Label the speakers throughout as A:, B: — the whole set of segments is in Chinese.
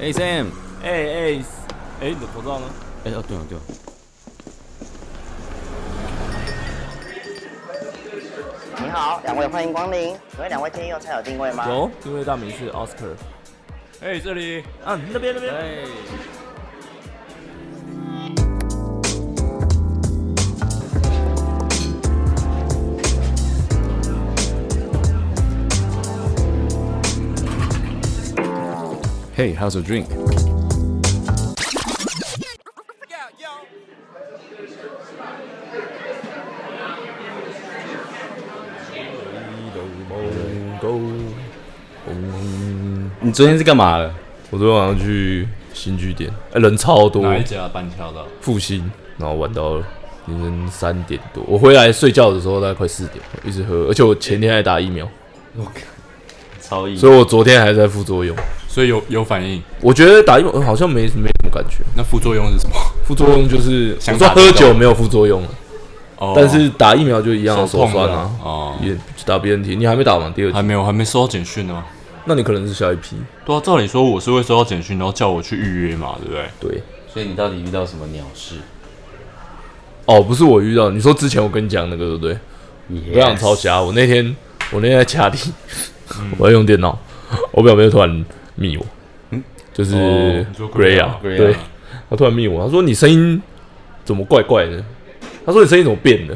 A: 哎、Sam，
B: 哎哎哎，你的口罩呢？
A: 哎、哦对了对了，
C: 你好，两位欢迎光临。请问两位今天用餐有定位吗？
B: 有，因为大名是 Oscar。哎，这里啊，那边那边。
A: 哎，
D: Hey, how's your drink?
A: 你昨天是干嘛了？
D: 我昨天晚上去新据点，哎、人超多，
E: 哪一家板桥的？
D: 复兴，然后玩到凌晨三点多。我回来睡觉的时候大概快四点，一直喝，而且我前天还打疫苗，
A: 嗯超意
D: 所以我昨天还在副作用。
E: 所以有有反应，
D: 我觉得打疫苗呃好像没没什么感觉，
E: 那副作用是 什么？
D: 副作用就是
E: 想
D: 我说
E: 打就
D: 喝
E: 打
D: 酒没有副作用了，
E: 哦
D: 但是打疫苗就一样的手
E: 痛
D: 酸
E: 的
D: 啊，
E: 哦，
D: 也打 BNT，你还没打完第二
E: 还
D: 剂，
E: 没有，还没收到简讯呢吗？
D: 那你可能是下一批。
E: 对啊，照理说我是会收到简讯，然后叫我去预约嘛，对不对？
D: 对，
A: 所以你到底遇到什么鸟事？
D: 哦，不是我遇到，你说之前我跟你讲那个对不对？
A: 不
D: 不想抄家，我那天我那天在家里，
A: 嗯
D: 我在用电脑，我表妹突然密我，就是
E: 嗯哦你说
D: Gray 啊，
A: Gray 啊
D: 对，她突然密我，她说你声音怎么怪怪的？她说你声音怎么变的？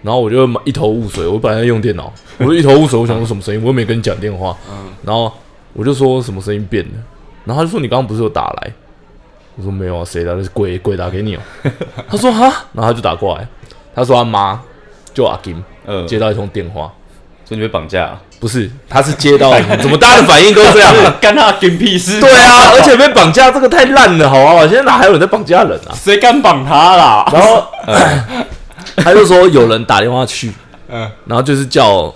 D: 然后我就一头雾水，我本来在用电脑，我就一头雾水，我想说什么声音，我又没跟你讲电话，
E: 嗯
D: 然后我就说什么声音变了，然后她就说你刚刚不是有打来？我说没有啊，谁打的？是鬼鬼打给你哦、她说哈，然后她就打过来，她说她妈就阿金，
E: 呃
A: 嗯，
D: 接到一通电话，
A: 所以你被绑架、啊？
D: 不是，他是接到， 怎么大家的反应都这样、啊？
A: 干他干屁事？
D: 对啊， 而且被绑架这个太烂了，好不好？现在哪还有人在绑架人啊？
E: 谁敢绑他啦？
D: 然后呃 他就说有人打电话去，
E: 嗯
D: 然后就是叫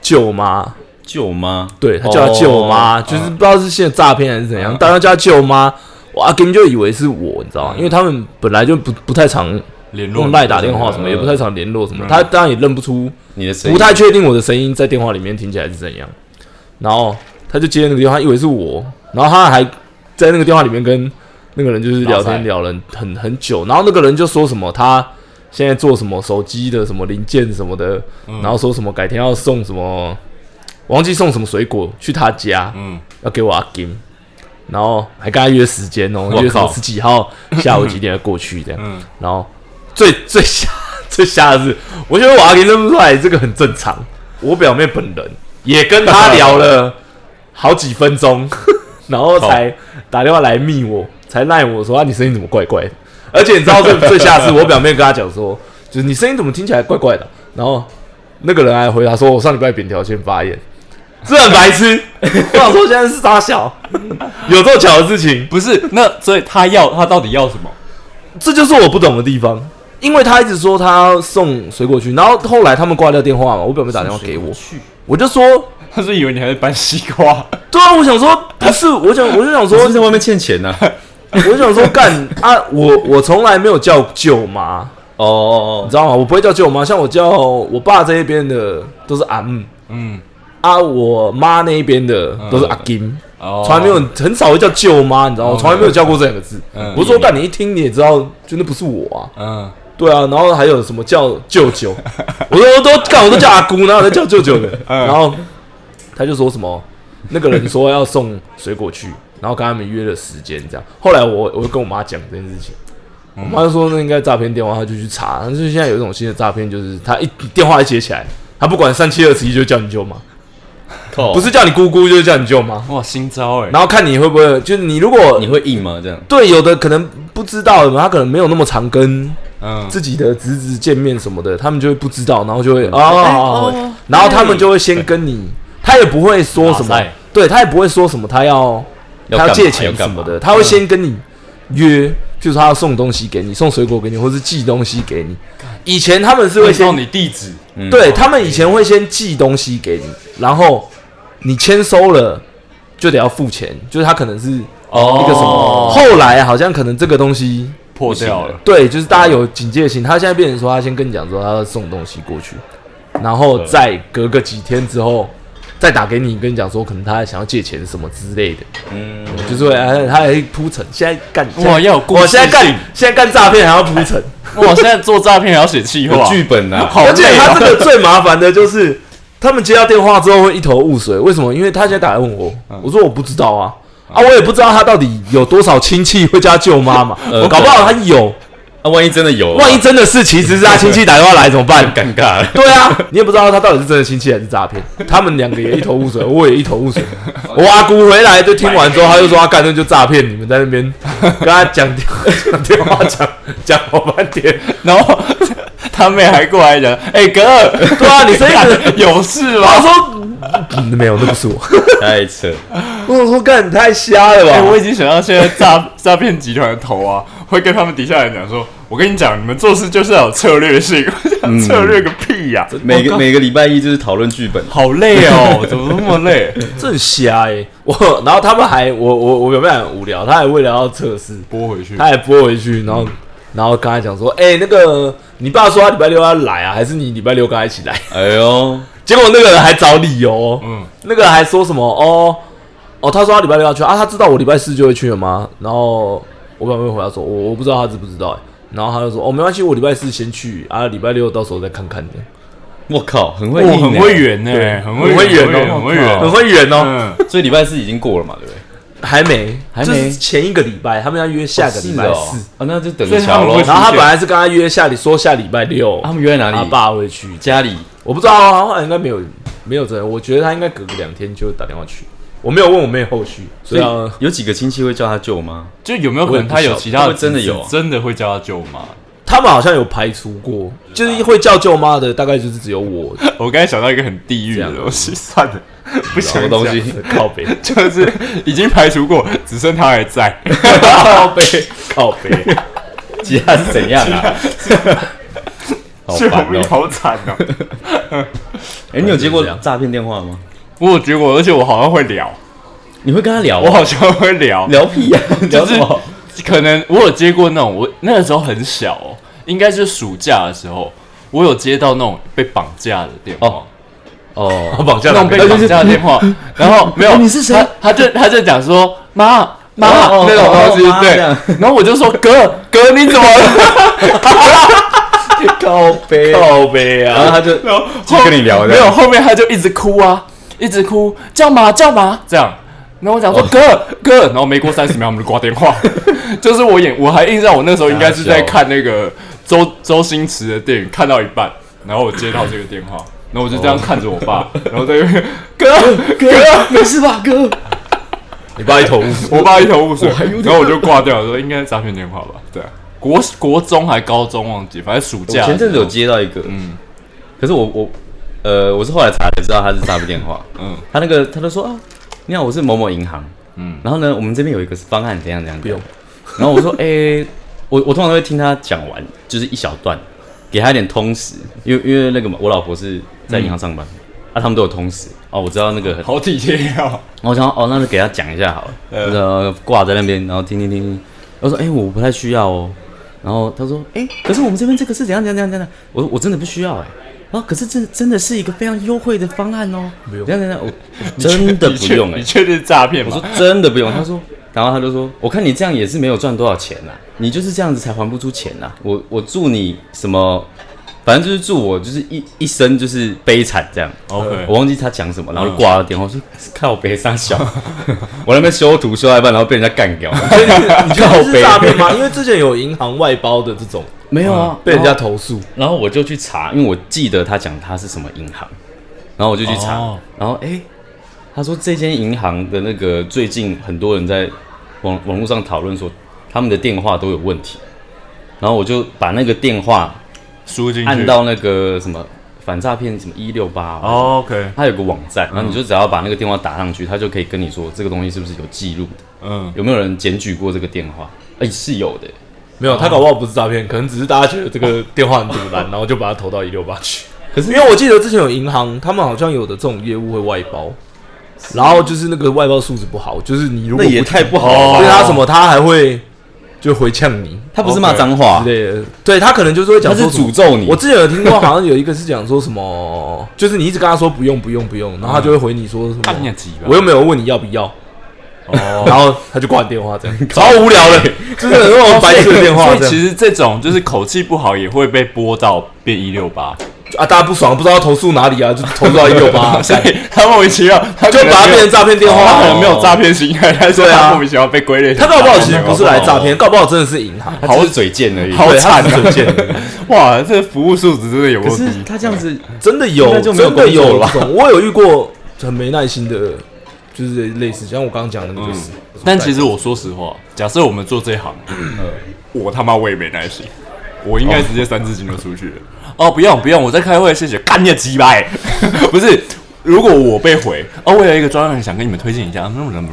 D: 舅妈，
A: 舅妈，
D: 对他叫他舅妈，就是不知道是现在诈骗还是怎样，但他叫他舅妈。我阿根就以为是我，你知道吗？因为他们本来就不不太常
E: 联络
D: 用赖打电话什么，
A: 嗯
D: 也不太常联络什么，他当然也认不出
A: 你的声音
D: 不太确定我的声音在电话里面听起来是怎样。然后他就接那个电话，以为是我，然后他还在那个电话里面跟那个人就是聊
A: 老蔡
D: 天聊了很很久，然后那个人就说什么他现在做什么手机的什么零件什么的，
E: 嗯
D: 然后说什么改天要送什么，忘记送什么水果去他家，
E: 嗯，
D: 要给我阿金，然后还跟他约时间哦，
E: 靠
D: 约什么十几号下午几点要过去这样，
E: 嗯
D: 然后最 最瞎最瞎的是，我觉得我阿金认不出来这个很正常，我表妹本人也跟他聊了好几分钟， 然后才打电话来密我，才赖我说啊你声音怎么怪怪的，而且你知道最最吓的是我表妹跟他讲说，就是你声音怎么听起来怪怪的，然后那个人还回答说我上礼拜扁条线发炎。 这很白痴， 我想说现在是傻小， 有这么巧的事情，
E: 不是，那所以他要他到底要什么？
D: 这就是我不懂的地方。因为他一直说他要送水果去，然后后来他们挂掉电话嘛，我表妹打电话给我，我就说，
E: 他是以为你还在搬西瓜，
D: 对啊，我想说不是，我想我就想说
A: 我是在外面欠 钱呢、啊。
D: 我就想说干啊，我我从来没有叫舅妈，
A: 哦
D: 你
A: 哦
D: 知道吗？我不会叫舅妈，像我叫我爸这一边的都是阿姆，
E: 嗯，
D: 啊，我妈那一边的
A: 嗯
D: 都是阿金，
E: 哦
D: 从来没有很少会叫舅妈，你知道吗？
A: 哦
D: 我从来没有叫过这两个字。
E: 嗯
D: 我是说干你一听你也知道，就那不是我啊，
E: 嗯，
D: 对啊，然后还有什么叫舅 舅，我都我都干我都叫阿姑，然后在叫舅舅的，
A: 嗯
D: 然后他就说什么那个人说要送水果去，然后跟他们约了时间这样。后来我我就跟我妈讲这件事情，我妈就说那应该诈骗电话，她就去查，但是现在有一种新的诈骗，就是他一电话一接起来，他不管三七二十一就叫你舅妈，
A: 哦，
D: 不是叫你姑姑就是叫你舅妈，
E: 哇，新招哎，
D: 然后看你会不会，就是你如果
A: 你会硬吗？这样
D: 对有的可能不知道的嘛，他可能没有那么常跟
E: 嗯，
D: 自己的侄子见面什么的，他们就会不知道，然后就会
A: 嗯
D: 哦哦，哦然后他们就会先跟你，他也不会说什么
A: 拉塞，
D: 对他也不会说什么，他要
A: 要
D: 他
A: 干嘛
D: 借钱
A: 要
D: 什
A: 干
D: 么
A: 嘛
D: 的，他会先跟你约，就是他要送东西给你，送水果给你，或是寄东西给你。以前他们是会
E: 会到
D: 先
E: 你地址，
A: 嗯
D: 对他们以前会先寄东西给你，然后你签收了就得要付钱，就是他可能是一
A: 哦
D: 个什么，后来好像可能这个东西
E: 破掉了，
D: 对，就是大家有警戒心。他现在变成说，他先跟你讲说他要送东西过去，然后再隔个几天之后，再打给你，跟你讲说可能他想要借钱什么之类的，
A: 嗯，
D: 就是会哎他还铺陈。现在干现在
E: 哇要有故事
D: 我现在干
E: 性
D: 现在干诈骗还要铺陈，
E: 哇，现在做诈骗还要写气
A: 有
E: 话，
A: 剧本啊，
E: 好
D: 而且
E: 累
D: 他
E: 哦。
D: 这个最麻烦的就是，他们接到电话之后会一头雾水。为什么？因为他现在打来问我，
E: 嗯
D: 我说我不知道啊，啊，我也不知道他到底有多少亲戚会叫他舅妈嘛，
A: 呃
E: 嗯
D: 搞不好他有，
A: 啊，万一真的有，
D: 万一真的是其实是他亲戚打电话来怎么办？
A: 尴尬了，
D: 对啊，你也不知道他到底是真的亲戚还是诈骗，他们两个也一头雾水，我也一头雾 水。
E: 哦
D: 我阿姑回来就听完之后，他就说他啊干脆就诈骗，你们在那 边跟他讲电讲电话讲讲好半天。
E: 然后他妹还过 来讲：“哎、哥，
D: 对啊，你声音很
E: 有事
D: 他
E: 吗
D: 说、嗯没有，那不是 我。
A: 太扯，
D: 我想说，干你太瞎了？”吧！
E: 哎、我已经想到现在诈诈骗集团的头啊，会跟他们底下人讲说：“我跟你讲，你们做事就是要有策略性， 我
A: 嗯
E: 想策略个屁呀、
A: 每个每个礼拜一就是讨论剧本，
E: 好累 哦，怎么那么累？
D: 这很瞎哎、我然后他们还我我我有没有很无聊？他还为了要测试，
E: 拨回去
D: 他还拨回去，然后然后跟他讲说，哎、那个你爸说他礼拜六要来啊，还是你礼拜六跟他一起来？
A: 哎呦，
D: 结果那个人还找理由、哦，
E: 嗯
D: 那个人还说什么哦哦，他说他礼拜六要去啊，他知道我礼拜四就会去了吗？然后我表妹回答说，我我不知道他知不知道、欸，然后他就说哦没关系，我礼拜四先去啊，礼拜六到时候再看看的，
A: 我靠，很
E: 我
A: 会硬欸，
E: 哦很会圆呢、很会
D: 很会
E: 圆，
D: 圆
E: 很会圆，很
D: 哦，很
E: 会圆。
D: 会圆哦。
E: 嗯，
A: 所以礼拜四已经过了嘛，对不对？
D: 还没，
A: 还没
D: 就是前一个礼拜，他们要约下个礼拜
A: 哦
D: 四。
A: 是哦啊，那就等着
E: 所以他
A: 瞧
E: 们
A: 喽
E: 会。
D: 然后他本来是跟他约下礼，说下礼拜六，
A: 啊他们约在哪
D: 他
A: 里？
D: 啊爸会去。
A: 家里
D: 我不知道啊，后来应该没有没有这样，我觉得他应该隔个两天就打电话去。我没有问我妹后续，所
A: 所
D: 以
A: 以有几个亲戚会叫他舅妈？
E: 就有没有可能他有其
A: 我
E: 他
A: 也不晓得会不
E: 的
A: 会真的
E: 侄子
A: 有啊
E: 真的会叫他舅妈？
D: 他们好像有排除过，就是会叫舅妈的，大概就是只有我
E: 我刚才想到一个很地狱的东西，算了，不
A: 什
E: 想
A: 么
E: 讲
A: 东西？
D: 靠 北
E: 就是已经排除过，只剩他还在。
D: 靠北靠北。
A: 其他是怎样啊？ 好
E: 是
A: 烦
E: 我
A: 哦！
E: 好惨哦！
A: 哎，你有接过
D: 这样
A: 诈骗电话吗？
E: 我有结果，而且我好像会聊，
A: 你会跟他聊？
E: 我好像会聊，
A: 聊屁呀，
E: 就
A: 聊什
E: 是
A: 么？
E: 可能我有接过那种，我那个时候很小哦，应该是暑假的时候，我有接到那种被绑架的电话。
A: 哦哦，
D: 绑架
E: 那种被绑架的电话， 然后没有，
A: 哎你是谁
E: 他？他就他就讲说妈妈
A: 哦哦
E: 那种东西
A: 哦，妈这样
E: 对。然后我就说哥哥你怎么了？
A: 靠背，
D: 靠北
A: 然后
D: 啊！
A: 他就
E: 然后
A: 继续跟你聊
E: 没有，
A: 的。
E: 后面他就一直哭啊，一直哭叫妈叫妈这样。然后我讲说、
A: 哦
E: 哥哥，然后没过三十 秒我们就挂电话。 就是我演，我还印象我那时候应该是在看那个周周星驰的电影，看到一半，然后我接到这个电话，然后我就这样看着我
A: 哦
E: 爸，然后在那边 哥哥，
A: 没事吧，哥？
D: 你爸一头雾水，
E: 我爸一头雾水，然后我就挂掉了，说应该是诈骗电话吧，对啊。国国中还高中忘记，反正暑
A: 我
E: 假的时候
A: 前阵子有接到一个，嗯，可是我我呃，我是后来查才知道他是诈骗电话。
E: 嗯
A: 他那个他就说啊，你好，我是某某银行，
E: 嗯
A: 然后呢，我们这边有一个方案，怎样怎样，
D: 不用。
A: 然后我说，哎、我我通常都会听他讲完，就是一小段，给他一点通识，因为因为那个嘛，我老婆是在银行上班，啊，他们都有通识哦，我知道那个很，
E: 嗯好体贴哦，
A: 我想哦，那就给他讲一下好了，
E: 嗯
A: 然后挂在那边，然后听听听听，我说，哎、我不太需要哦，然后他说，哎、可是我们这边这个是怎样怎样怎样怎样，我说我真的不需要哎、啊！可是这真的是一个非常优惠的方案哦，不
D: 用
A: 等一下等一下，我我真的 不
E: 你确
A: 用哎、
E: 你确定是诈骗
A: 我
E: 吗
A: 说？真的不用。他说，然后他就说，我看你这样也是没有赚多少钱呐、你就是这样子才还不出钱呐、我我祝你什么，反正就是祝我就是一一生就是悲惨这样。
E: OK
A: 我忘记他讲什么，然后就挂了电话。我说靠北上小， 我那边修图修到一半，然后被人家干掉。
D: 你觉得这
A: 靠
D: 是
A: 北
D: 诈骗吗？因为之前有银行外包的这种
A: 没有啊，
D: 被人家投诉，
A: 然后我就去查，因为我记得他讲他是什么银行，然后我就去查，
E: 哦
A: 然后诶，他说这间银行的那个最近很多人在网网络上讨论说他们的电话都有问题，然后我就把那个电话
E: 输进去
A: 按到那个什么反诈骗什么一六八哦，
E: 哦 OK，
A: 它有个网站，然后你就只要把那个电话打上去，他就可以跟你说这个东西是不是有记录的，
E: 嗯，
A: 有没有人检举过这个电话？诶，是有的，
D: 没有，他搞不好不是诈骗，可能只是大家觉得这个电话很堵烂，然后就把它投到一六八去。
A: 可是
D: 因为我记得之前有银行，他们好像有的这种业务会外包，然后就是那个外包素质不好，就是你如果哦
A: 那也
D: 不
A: 太不好了吧啊
D: 对他什么，他还会就回呛你
A: 他不是骂脏话
D: 之，类的。对他可能就是会讲
A: 他是
D: 说什么
A: 诅咒你
D: 我之前有听过，好像有一个是讲说什么， 就是你一直跟他说不用不用不用，然后他就会回你说什么，
E: 干你几吧
D: 我又没有问你要不要。哦， 然后他就挂电话，这样 超无聊的，就是很那种白痴的电话
E: 所以
D: 这
E: 其
D: 样
E: 实这种就是口气不好也会被拨到变一六八，
D: 啊！大家不爽，不知道投诉哪里啊，就投诉到一六八，
E: 所以他莫名其妙，他
D: 就
E: 可能
D: 把它
E: 没有
D: 变成诈骗电话
E: 他可能没有
D: 哦
E: 诈骗心态，但是
D: 对啊
E: 他莫名其妙被归类成
D: 他
E: 诈骗
D: 搞不
E: 电话。
D: 好其实不是来诈骗，搞不好真的是银行。
A: 他只是嘴贱而已。
E: 好
D: 对他
E: 惨
D: 只是
E: 啊！
D: 嘴贱而
E: 哇，这服务素质真的有
A: 可
E: 问
A: 是
E: 题。
A: 他这样子，
D: 真的有
A: 那，就没有
D: 真的
A: 工作
D: 有
A: 了吧
D: 这种我有遇过很没耐心的，就是类似像我刚刚讲的那个就是。
E: 嗯但其实我说实话，假设我们做这一行，呃我他妈我也没耐心，我应该直接三字经就出去了。哦，不用不用，我在开会，谢谢。干你的鸡巴欸！ 不是，如果我被回，哦，我有一个专案想跟你们推荐一下，嗯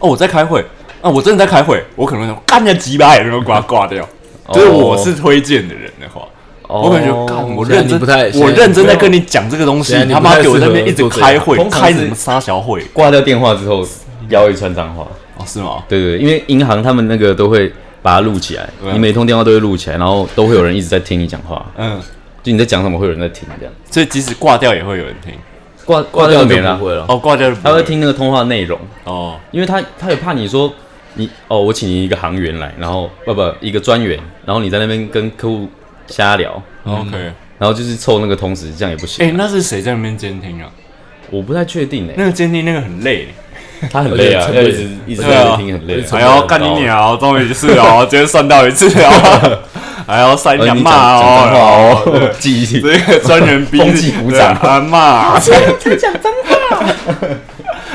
E: 哦，我在开会，啊，我真的在开会，我可能会说干你的鸡巴欸，然后把它挂掉。就是我是推荐的人的话。我可能
A: 哦
E: 就干，我
D: 现在
E: 认
D: 你
E: 真
D: 不太现在
E: 我
D: 你
E: 认
D: 不
E: 真在
D: 太
E: 跟你讲这个东西，
D: 现在
E: 你
D: 你
E: 他
D: 不
E: 妈
D: 太
E: 给我
D: 适
E: 在那边
D: 合
E: 一直
D: 做这
E: 开
D: 行
E: 会，
A: 通常
E: 开
A: 是
E: 什么撒小会？
A: 挂掉电话之后，腰一串脏话。
E: 哦，是吗？
A: 对对，对因为银行他们那个都会把它录起来，
E: 对啊
A: 你每通电话都会录起来，然后都会有人一直在听你讲话，
E: 嗯，
A: 就你在讲什么，会有人在听这样。
E: 所以即使挂掉也会有人听。
A: 挂挂
D: 掉
A: 掉
D: 就
A: 就没了
D: 不，会了。
E: 哦，挂掉就不
A: 他会听那个通话内容，
E: 哦，
A: 因为他他也怕你说你哦，我请你一个行员来，然后不不一个专员，然后你在那边跟客户瞎聊，
E: OK，
A: 然后就是凑那个通时，这样也不
E: 哎、
A: 行。
E: 那是谁在那边监听啊？
A: 我不太确定哎、
E: 那个监听那个很累，
A: 他很累啊，
D: 而且
A: 要一直一直在那边听很累、啊。
E: 哎呦，干你
A: 娘！
E: 鸟！终于是哦，今天算到一次哦，哎呦，三
A: 呃
E: 娘
A: 你讲讲脏
E: 骂
A: 话
E: 哦，
A: 哦， 记 忆力。
E: 这个专人逼
A: 风纪鼓掌
E: 对啊骂，他讲脏话，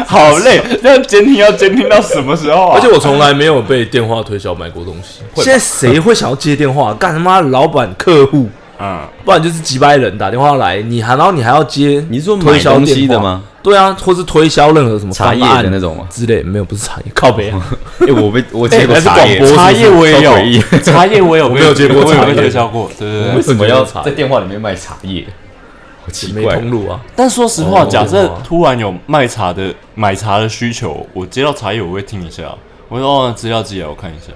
E: 好累，那监听要监听到什么时候啊？
D: 而且我从来没有被电话推销买过东西。现在谁会想要接电话？干他妈老板、客户，
E: 嗯，
D: 不然就是几百人打电话来，你还然后你还要接？
A: 你是说
D: 推
A: 买
D: 销
A: 东
D: 电
A: 西
D: 话
A: 的？吗？
D: 对啊，或是推销任何什么
A: 茶叶
D: 方案
A: 的那种吗
D: 之类？没有，不是茶叶，靠北啊。
A: 哎、我被我接过
D: 哎还是
A: 茶叶
D: 广播，
E: 茶叶我也
A: 超诡异
E: 有，茶叶我有，我
D: 没有接过
E: 我有
D: 茶
E: 被
D: 叶
E: 推销过，对对对
A: 为。什么要
D: 为什么要
A: 在电话里面卖茶叶？好 奇
D: 没
A: 怪
D: 通路啊，
E: 但说实话，
D: 哦
E: 假设突然有卖茶的买茶的需求，我接到茶叶我会听一下，我说哦资料寄来我看一下，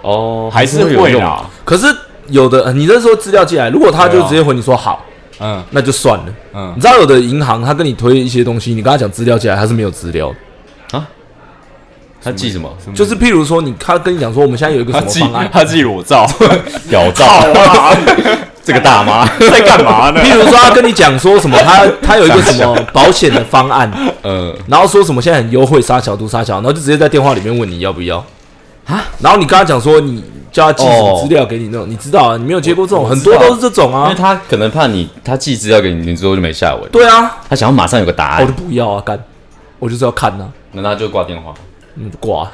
A: 哦，
E: 还是
A: 有
E: 会
A: 用。
E: 啦，
D: 可是有的你那时候资料进来，如果他就
E: 对啊
D: 直接回你说好，
E: 嗯
D: 那就算了。你
E: 嗯，
D: 知道有的银行他跟你推一些东西，你跟他讲资料进来，他是没有资料的，
A: 他寄什么？
D: 就是譬如说你他跟你讲说我们现在有一个
E: 他
D: 什么
E: 寄
D: 方案，
E: 他寄裸照，
A: 屌照，这个大妈，
E: 在干嘛呢？
D: 譬如说他跟你讲说什么他他有一个什么保险的方案，
A: 呃，
D: 然后说什么现在很优惠杀小度杀小，然后就直接在电话里面问你要不要啊，然后你跟他讲说你叫他寄什么资料给你那种，你知道啊，你没有接过这种，很多都是这种
A: 因
D: 啊
A: 为，他可能怕你，他寄资料给你，你之后就没下文。
D: 对啊，
A: 他想要马上有个答
D: 我就
A: 案，
D: 不要啊，干，我就是要看呐，
A: 那他就挂电话。
D: 嗯，挂啊，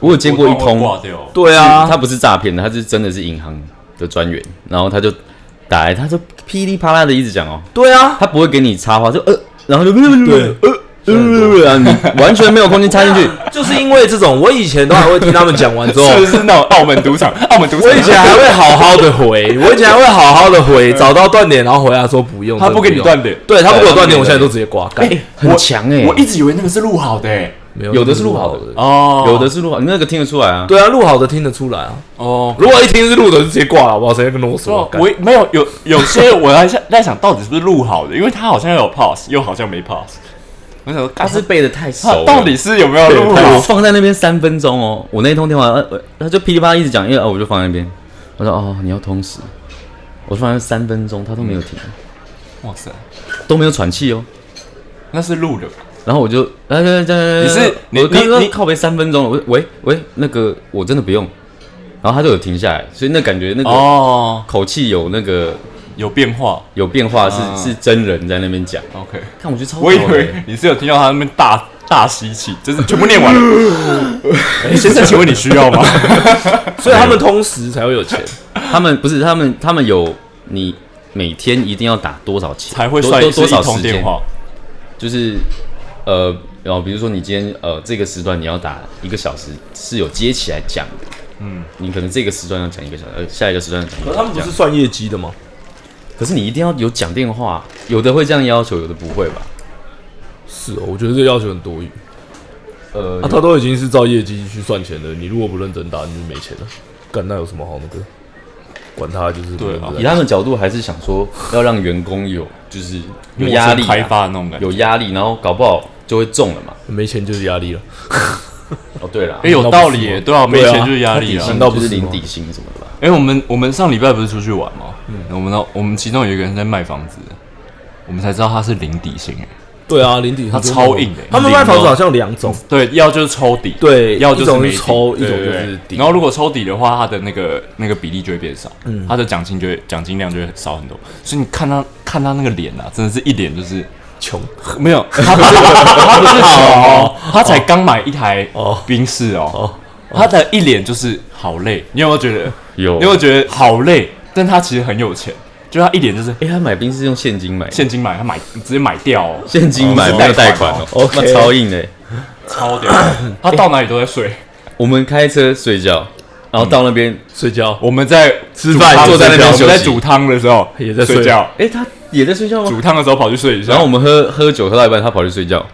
A: 我有接过一通，
E: 挂掉，
D: 对啊，
A: 他不是诈骗的，他是真的是银行的专员，然后他就打来，他就噼里啪啦的一直讲哦，
D: 对啊，
A: 他不会给你插话，就呃，然后就对呃。呃，你完全没有空间插进去，
D: 就是因为这种，我以前都还会听他们讲完之后，
E: 是不是那种澳门赌 场？澳门赌场，
D: 我以前还会好好的回，我以前还会好好的回，找到断点，然后回答说不用，
E: 他不给你
D: 用
E: 断，点，
D: 对他不给我断点，
A: 对他不给你断点
D: 我现在都直接挂。干
E: 哎
A: 很强哎
E: 我一直以为那个是录好的欸，
D: 没有
A: 有的是录好的
D: 的，
E: 哦
A: 有的是录好，你那个听得出来啊。
D: 对啊，录好的听得出来啊。
E: 哦。
D: 如果一听是录的，就直接挂了，好不好？谁跟我说
E: 哦
D: 啊？干
E: 我没有有有些我还想在想到底是不是录好的，因为他好像有 pause，又好像没 pause。我想说，
A: 他
E: 干
A: 是背的太熟
E: 他
A: 了，
E: 到底是有没有录
A: 我
E: 好？
A: 放在那边三分钟哦。我那一通电话，呃呃他就噼里啪啦一直讲，因为呃我就放在那边。我说哦，你要通时，我放在三分钟，他都没有停，
E: 嗯哇塞，
A: 都没有喘气哦。
E: 那是录的吧。
A: 然后我就，呃，呃呃
E: 你是你
A: 我
E: 你
A: 刚刚
E: 你
A: 靠背三分钟了，我说喂喂，那个我真的不用。然后他就有停下来，所以那感觉那个
E: 哦，
A: 口气有那个
E: 有变化。
A: 有变化，
E: 啊
A: 是是真人在那边讲。
E: OK，
A: 看我觉得超屌
E: 我
A: 的，欸
E: 以为你是有听到他那边大大吸气，就是全部 念完了。哎先生，请问你需要吗？
D: 所以他们通时才会有钱，
A: 他们不是他们他们有你每天一定要打多少钱
E: 才会
A: 多
E: 算
A: 多
E: 是
A: 多
E: 一
A: 少
E: 通
A: 时间
E: 电话。
A: 就是呃，然后比如说你今天呃这个时段你要打一个小时是有接起来讲的，嗯，你可能这个时段要讲一个小时，呃下一个时段要讲一
D: 可
A: 个
D: 是
A: 小
D: 他
A: 时
D: 们不
A: 这样
D: 是，算业绩的吗？
A: 可是你一定要有讲电话，有的会这样要求，有的不会吧？
D: 是哦，我觉得这要求很多余。呃，他都已经是照业绩去算钱的，你如果不认真打，你就没钱了。干那有什么好那个？管他就是不
E: 对
D: 认真
E: 啊
D: 打
A: 以他们的角度，还是想说要让员工有就是有
E: 陌
A: 压
E: 生
A: 力啊、
E: 开发的那种感觉。
A: 有压力，然后搞不好就会中了嘛。
D: 没钱就是压力了。
A: 哦，对哎了，
E: 哎，有道理耶，对啊，没
D: 对啊
E: 钱就是压力啊
A: 底。
D: 难
A: 薪
D: 道
A: 就
D: 不
A: 是
D: 是
A: 零
D: 吗
A: 底薪什么的吧？
E: 哎，我们我们上礼拜不是出去玩吗？
A: 嗯
E: 我们呢，我们其中有一个人在卖房子，我们才知道他是零底薪哎。
D: 对啊，零底
E: 他超硬的
D: 他们卖房子好像有两种，
E: 对，要就是抽底，
D: 对
E: 要就
D: 一种是
E: 没底
D: 抽一种
E: 对对
D: 就是
E: 对
D: 底
E: 然后如果抽底的话，他的那个那个比例就会变少，
D: 嗯
E: 他的奖金就会奖金量就会少很多。所以你看他看他那个脸啊，真的是一脸就是
D: 穷
E: 没有，他不是他不是 穷哦，他才刚买一台
D: 哦
E: 宾士哦，
D: 哦。
E: 他的一脸就是好累。你有没有觉得？
A: 有
E: 你有没有觉得好累？但他其实很有钱，就他一脸就是
A: 哎、他买冰是用现金买，
E: 现金买，他买直接买掉哦，
A: 现金买
E: 哦
A: 没有贷款
E: 哦
A: 哦，
D: OK
A: 那超硬的、
E: 超屌。他到哪里都在睡。
A: 我们开车睡觉，然后到那边，
D: 睡觉，
E: 我们在
D: 吃
E: 煮
D: 饭
E: 汤
A: 坐在那边
E: 的时
A: 休
E: 候我们在
A: 息
E: 煮汤的时候
D: 也在睡
E: 睡哦觉，
A: 哎、他也在睡觉吗？
E: 煮汤的时候跑去睡一下。
A: 然后我们喝喝酒喝到一半，他跑去睡 觉，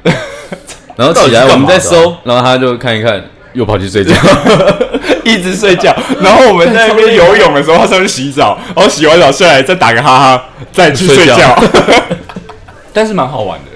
A: 然后
D: 到底
A: 起来
D: 是干嘛的啊
A: 我们再收，然后他就看一看，又跑去 睡觉。
E: 一直睡觉， 然后我们在那边游泳的时候，他上去洗澡，然后洗完澡下来再打个哈哈，再去睡
D: 睡
E: 觉
D: 觉。
E: 但是蛮好玩的，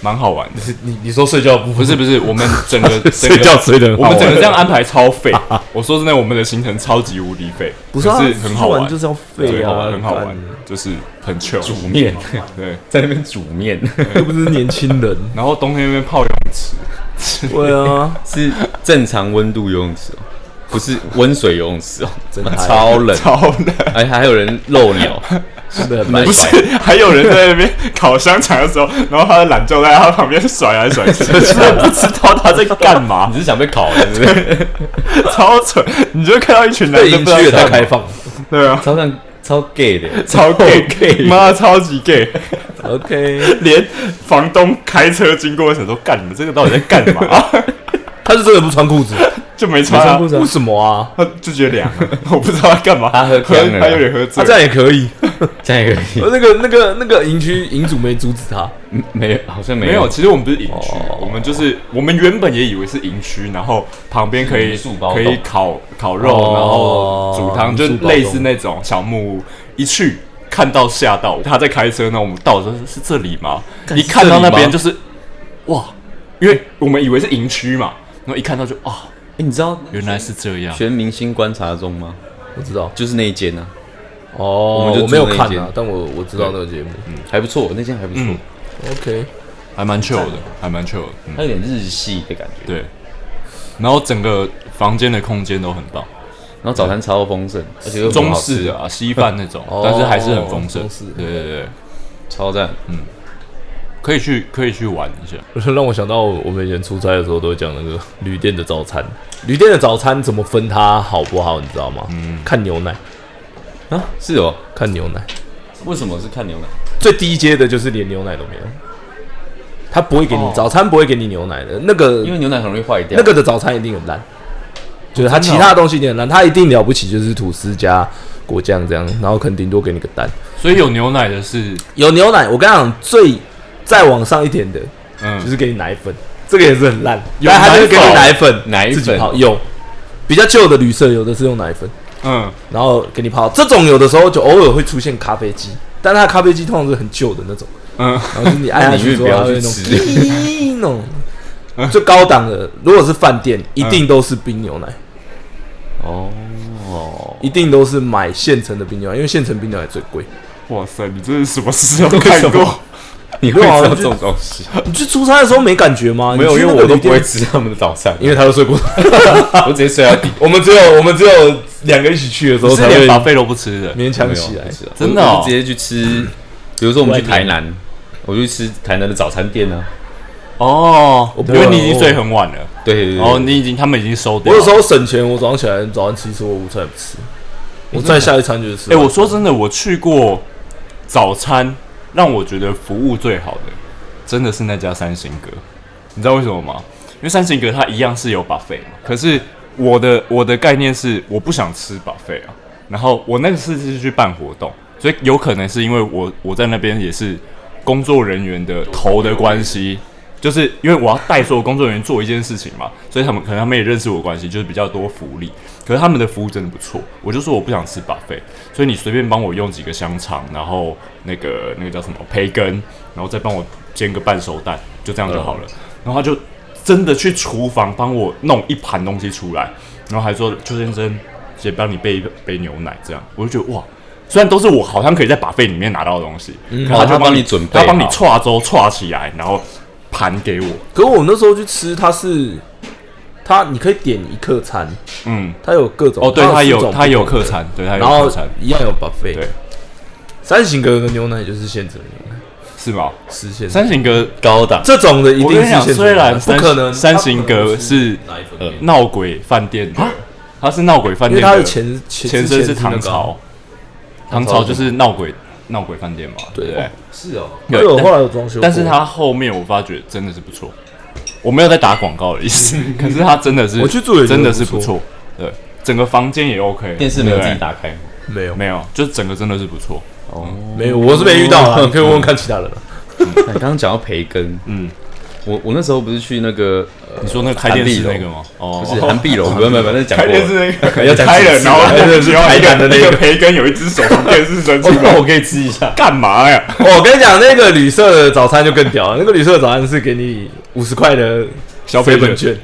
E: 蛮好玩的。
D: 你你说睡觉不
E: 不是不是，我们整 个整
D: 睡
E: 个
D: 觉睡得很好
E: 我
D: 玩
E: 们整个这样安排超 废。我说真的，我们的行程超级无敌废，
D: 不是啊
E: 可是很好
D: 出去
E: 玩，
D: 玩就是要废
E: 对
D: 啊，
E: 很好玩
D: 干，
E: 就是很 chill。
A: 煮面，
E: 对，
A: 在那边煮面，
D: 又不是年轻人，
E: 然后冬天那边泡游泳池，
D: 对啊，
A: 是正常温度游泳池哦，不是温水游泳池哦， 真
D: 的
A: 超冷，
E: 超冷。
A: 哎，还有人漏尿，
D: 真的很
A: 不
D: 白
E: 不是，还有人在那边烤香肠的时候，然后他的懒就在他旁边甩来甩 去，真的不知道他在干嘛
A: 你，是想被烤了是不是？
E: 超蠢。你就看到一 群男
D: 对
E: 的
D: 营区
E: 不知道
D: 也
E: 在
D: 太
E: 干嘛
D: 开放了。
E: 对啊，
A: 超像超 gay 的，
E: 超 gay，妈超级 gay，
D: OK，
E: 连房东开车经过的时候都干，你们这个到底在干 嘛？
D: 他是真的不穿裤子，
E: 就没
D: 没
E: 穿
D: 穿
E: 啊
D: 裤，子，为什么啊？
E: 他就觉得凉啊，我不知道他干嘛，
A: 他喝
E: 喝，
A: 呛了
E: 他有点喝
D: 他
E: 醉
D: 啊这。样也可以。
A: 这样也可以？
D: 那个那个那个营区营主没阻止他，
A: 嗯 没有，好像没
E: 没有，哦其实我们不是营区，我们就是我们原本也以为是营区，然后旁边可以
A: 是民宿包
E: 可
A: 栋
E: 以烤烤肉，
D: 哦
E: 然后煮汤，就
D: 民宿包栋
E: 类似那种小木屋。一去看到吓到，他在开车呢，我们到的时候是是这里吗？一看到那边就是哇，因为我们以为是营区嘛，然后一看到就啊，
A: 哎你知道
E: 原来是这样。
A: 全明星观察中吗？
D: 我知道
A: 就是那一间啊，
D: 哦
A: 我们就
D: 我没有
A: 住那
D: 看
A: 间
D: 啊，但我我知道那个节目。
A: 还不错，那间还不错，
E: 嗯
D: OK，
E: 还蛮 chill 的，还蛮 chill 的，嗯，
A: 它有点日系的感觉，
E: 对。然后整个房间的空间都很棒，
A: 然后早餐超丰盛，而且又很
E: 嗯中
A: 好吃
E: 式啊、西饭那种，
D: 哦
E: 但是还是很丰盛
D: 中式。
E: 对对对，
A: 超赞，嗯
E: 可以去可以去玩一下。
D: 让我想到我们以前出差的时候都会讲那个旅店的早餐，旅店的早餐怎么分它好不好，你知道吗？看牛奶，
A: 是哦。
D: 看牛奶，
A: 为什么是看牛奶？
E: 嗯
D: 最低阶的就是连牛奶都没有，他不会给你早餐，不会给你牛奶的。那个
A: 因为牛奶很容易坏掉。
D: 那个的早餐一定很烂，就是它
E: 真的哦
D: 其他东西一定很烂，它一定了不起就是吐司加果酱这样，然后可能顶多给你个蛋。
E: 所以有牛奶的是，
D: 有牛奶，我跟你讲，最再往上一点的就
E: 嗯，
D: 是给你奶粉，这个也是很烂，
E: 有
D: 但它就是给你奶
E: 奶
D: 粉，
A: 奶
D: 自己
A: 粉
D: 泡有。比较旧的旅社有的是用奶粉，
E: 嗯，
D: 然后给你泡。这种有的时候就偶尔会出现咖啡机，但它的咖啡机通常是很旧的那种，
E: 嗯，
D: 然后就是哎你按下去之后它会那 种
A: 宁愿不
D: 滴那 种。最高档的，如果是饭店，一定都是冰牛奶。
A: 哦，
D: 一定都是买现成的冰牛奶，因为现成冰牛奶最贵。
E: 哇塞，你这是什么事都看过？
A: 你
D: 会
A: 会
D: 知道这
A: 知道这
D: 种
A: 种东西？
D: 啊你去出差的时候没感觉吗？
A: 没有，
D: 你去
A: 因
D: 那
A: 为
D: 个
A: 我都
D: 旅
A: 不
D: 店
A: 会，吃他们的早餐，
D: 因为他都睡过头。
A: 我直接睡到底。
D: 我们只有我们只有两个一起去的时候才
E: 是连
D: 会
E: 巴菲都不吃的，
D: 勉强起来
A: 没有。不是啊
E: 真的
A: 我
E: 哦
A: 就直接去吃，比如说我们去台南，我就去吃台南的早餐店啊。
E: 哦，
D: 不啊
E: 因为你已
D: 我啊
E: 经睡很晚了，
A: 对对对，
E: 然后哦你已经他们已经收
D: 我
E: 掉
D: 有时
E: 了。
D: 候省钱，我早上起来早上其实我午餐也不吃，我再下一餐就是吃。
E: 哎，我说真的，我去过早餐，让我觉得服务最好的，真的是那家三星阁。你知道为什么吗？因为三星阁它一样是有 buffet 嘛，可是我的我的概念是我不想吃 buffet 啊，然后我那个次是去办活动，所以有可能是因为我我在那边也是工作人员的头的关系，就是因为我要带所有工作人员做一件事情嘛，所以他们可能他们也认识我的关系，就是比较多福利。可是他们的服务真的不错，我就说我不想吃 buffet，所以你随便帮我用几个香肠，然后那个那个叫什么培根，然后再帮我煎个半熟蛋，就这样就好了。然后他就真的去厨房帮我弄一盘东西出来，然后还说邱先生，姐帮你备一杯牛奶，这样我就觉得哇。虽然都是我好像可以在把费里面拿到的东西，
D: 嗯
E: 可
A: 哦
E: 他
A: 他
E: 就
A: 帮
E: 你
A: 你准备
E: 他帮你
A: 好
E: 串粥串起来，然后盘给我。
D: 可我那时候去吃，它是它你可以点一客餐，
E: 嗯，
D: 它有各种
E: 哦，对，他
D: 四
E: 有
D: 种
E: 他
D: 不
E: 有
D: 同
E: 客
D: 的，
E: 餐，对他有
D: 然后
E: 客餐，
D: 一样有 buffet。
E: 对，
D: 三型格格牛奶就是现成牛奶，
E: 是吗？
D: 实现
E: 三型格
A: 高档，
D: 这种的一
E: 我
D: 定
E: 跟
D: 是
E: 你
D: 现
E: 讲，
D: 成
E: 虽
D: 牛奶
E: 然
D: 不
E: 三
D: 可能
E: 三
D: 它
E: 型
D: 不可能
E: 格是
D: 奶粉
A: 呃
D: 店
E: 闹鬼饭店的，它是闹鬼饭
D: 啊因为
E: 店
D: 它
E: 的
D: 的前前
E: 前身
D: 身
E: 是唐
A: 啊
E: 朝，，唐朝就是闹鬼闹鬼饭店嘛，对不
D: 对
E: 对？
A: 是哦，
D: 对，我
E: 但
D: 后来有装修过，
E: 但是它后面我发觉真的是不错，我没有在打广告的意思，
A: 嗯
E: 可是它真 的是
D: 我去住也觉得
E: 真的是
D: 不
E: 不
D: 错
E: 错，对，整个房间也 OK，
A: 电视没有
E: 对
A: 自己打开吗，
D: 没有
E: 没有，就是整个真的是不错，
D: 没有，我是没遇到啦，你可以问问看其他人啊。
A: 哎刚刚讲到培根，
E: 嗯，
A: 我我那时候不是去那个，呃
E: 你说那个开电视那个吗？哦，
A: 不是韩碧楼，不不不，那讲
E: 开
A: 过
E: 电视
A: 了。
E: 那个
A: 要讲
E: 开
A: 几
E: 了，
A: 次
E: 然后
A: 啊
E: 那个
A: 就是
E: 然后
A: 台南的那
E: 那
A: 个
E: 个培根有一只手从电 视伸出来，
A: 哦我可以吃一下，
E: 干嘛呀？
D: 哦我跟你讲，那个旅社的早餐就更屌了，那个旅社的早餐是给你五十块的
E: 消费
D: seven 券，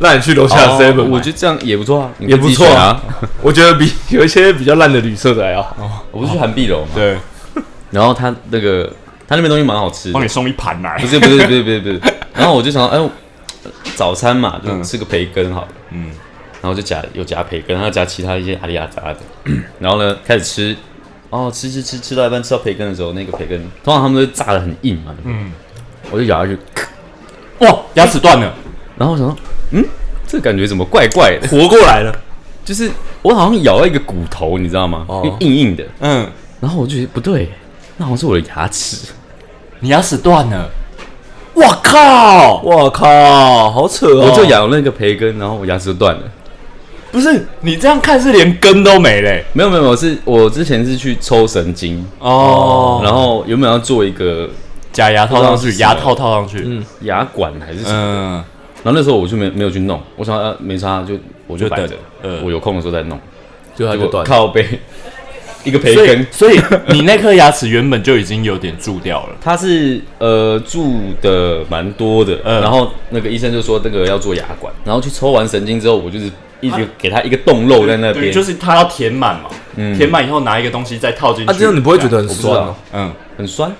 D: 让你去楼下
A: 哦
D: seven，
A: 我觉得这样也不错啊，你
D: 也
A: 可以
D: 不
A: 自己
D: 错
A: 选
D: 啊
A: 啊。。
D: 我觉得比 有一些比较烂的旅社的还要好。
A: 我不是去韩碧楼嘛，
E: 对，
A: 然后他那个他那边东西蛮好吃的
E: 帮，你送一盘来
A: 不。是不是不是不是不是， 然后我就想，哎，早餐嘛，就吃个培根好了，
E: 嗯
A: 然后就夹有夹培根，然后夹其他一些阿里阿杂的， 然后呢开始吃，哦吃吃吃吃到一半吃到培根的时候，那个培根通常他们都炸的很硬嘛，
E: 嗯，
A: 我就咬下去，
E: 哇，牙齿断了，
A: 然后我想说，嗯，这感觉怎么怪怪的？
D: 活过来了，
A: 就是我好像咬到一个骨头，你知道吗？
D: 哦
A: 硬硬的，
E: 嗯，
A: 然后我就觉得不对，那好像是我的牙齿。
E: 你牙齿断了，我靠！
D: 我靠，好扯哦！
A: 我就咬那个培根，然后我牙齿就断了。
E: 不是你这样看是连根都没嘞、
A: 没有没有，我是我之前是去抽神经，
E: 哦
A: 然后原本要做一个
E: 假牙套上
A: 不
E: 去，
A: 知道是什么
E: 牙套套上去，嗯
A: 牙管还是什么，
E: 嗯，
A: 然后那时候我就没没有去弄，我想呃没差，就我就
E: 就
A: 摆
E: 等
A: 着，
E: 嗯
A: 我有空的时候再弄。
D: 就它
A: 结
D: 就
A: 果
D: 断了。
A: 啊靠 背一个培
E: 所
A: 根
E: 以，所以你那颗牙齿原本就已经有点蛀掉了，
A: 他是呃住的蛮多的，
E: 嗯
A: 然后那个医生就说那个要做牙管，然后去抽完神经之后，我就是一直给他一个洞漏在那边，
E: 啊对，就是它要填满嘛，填满以后拿一个东西再套进去，
D: 嗯啊，这样你不会觉得很
A: 我不知道
D: 酸哦？
E: 嗯
A: 很酸，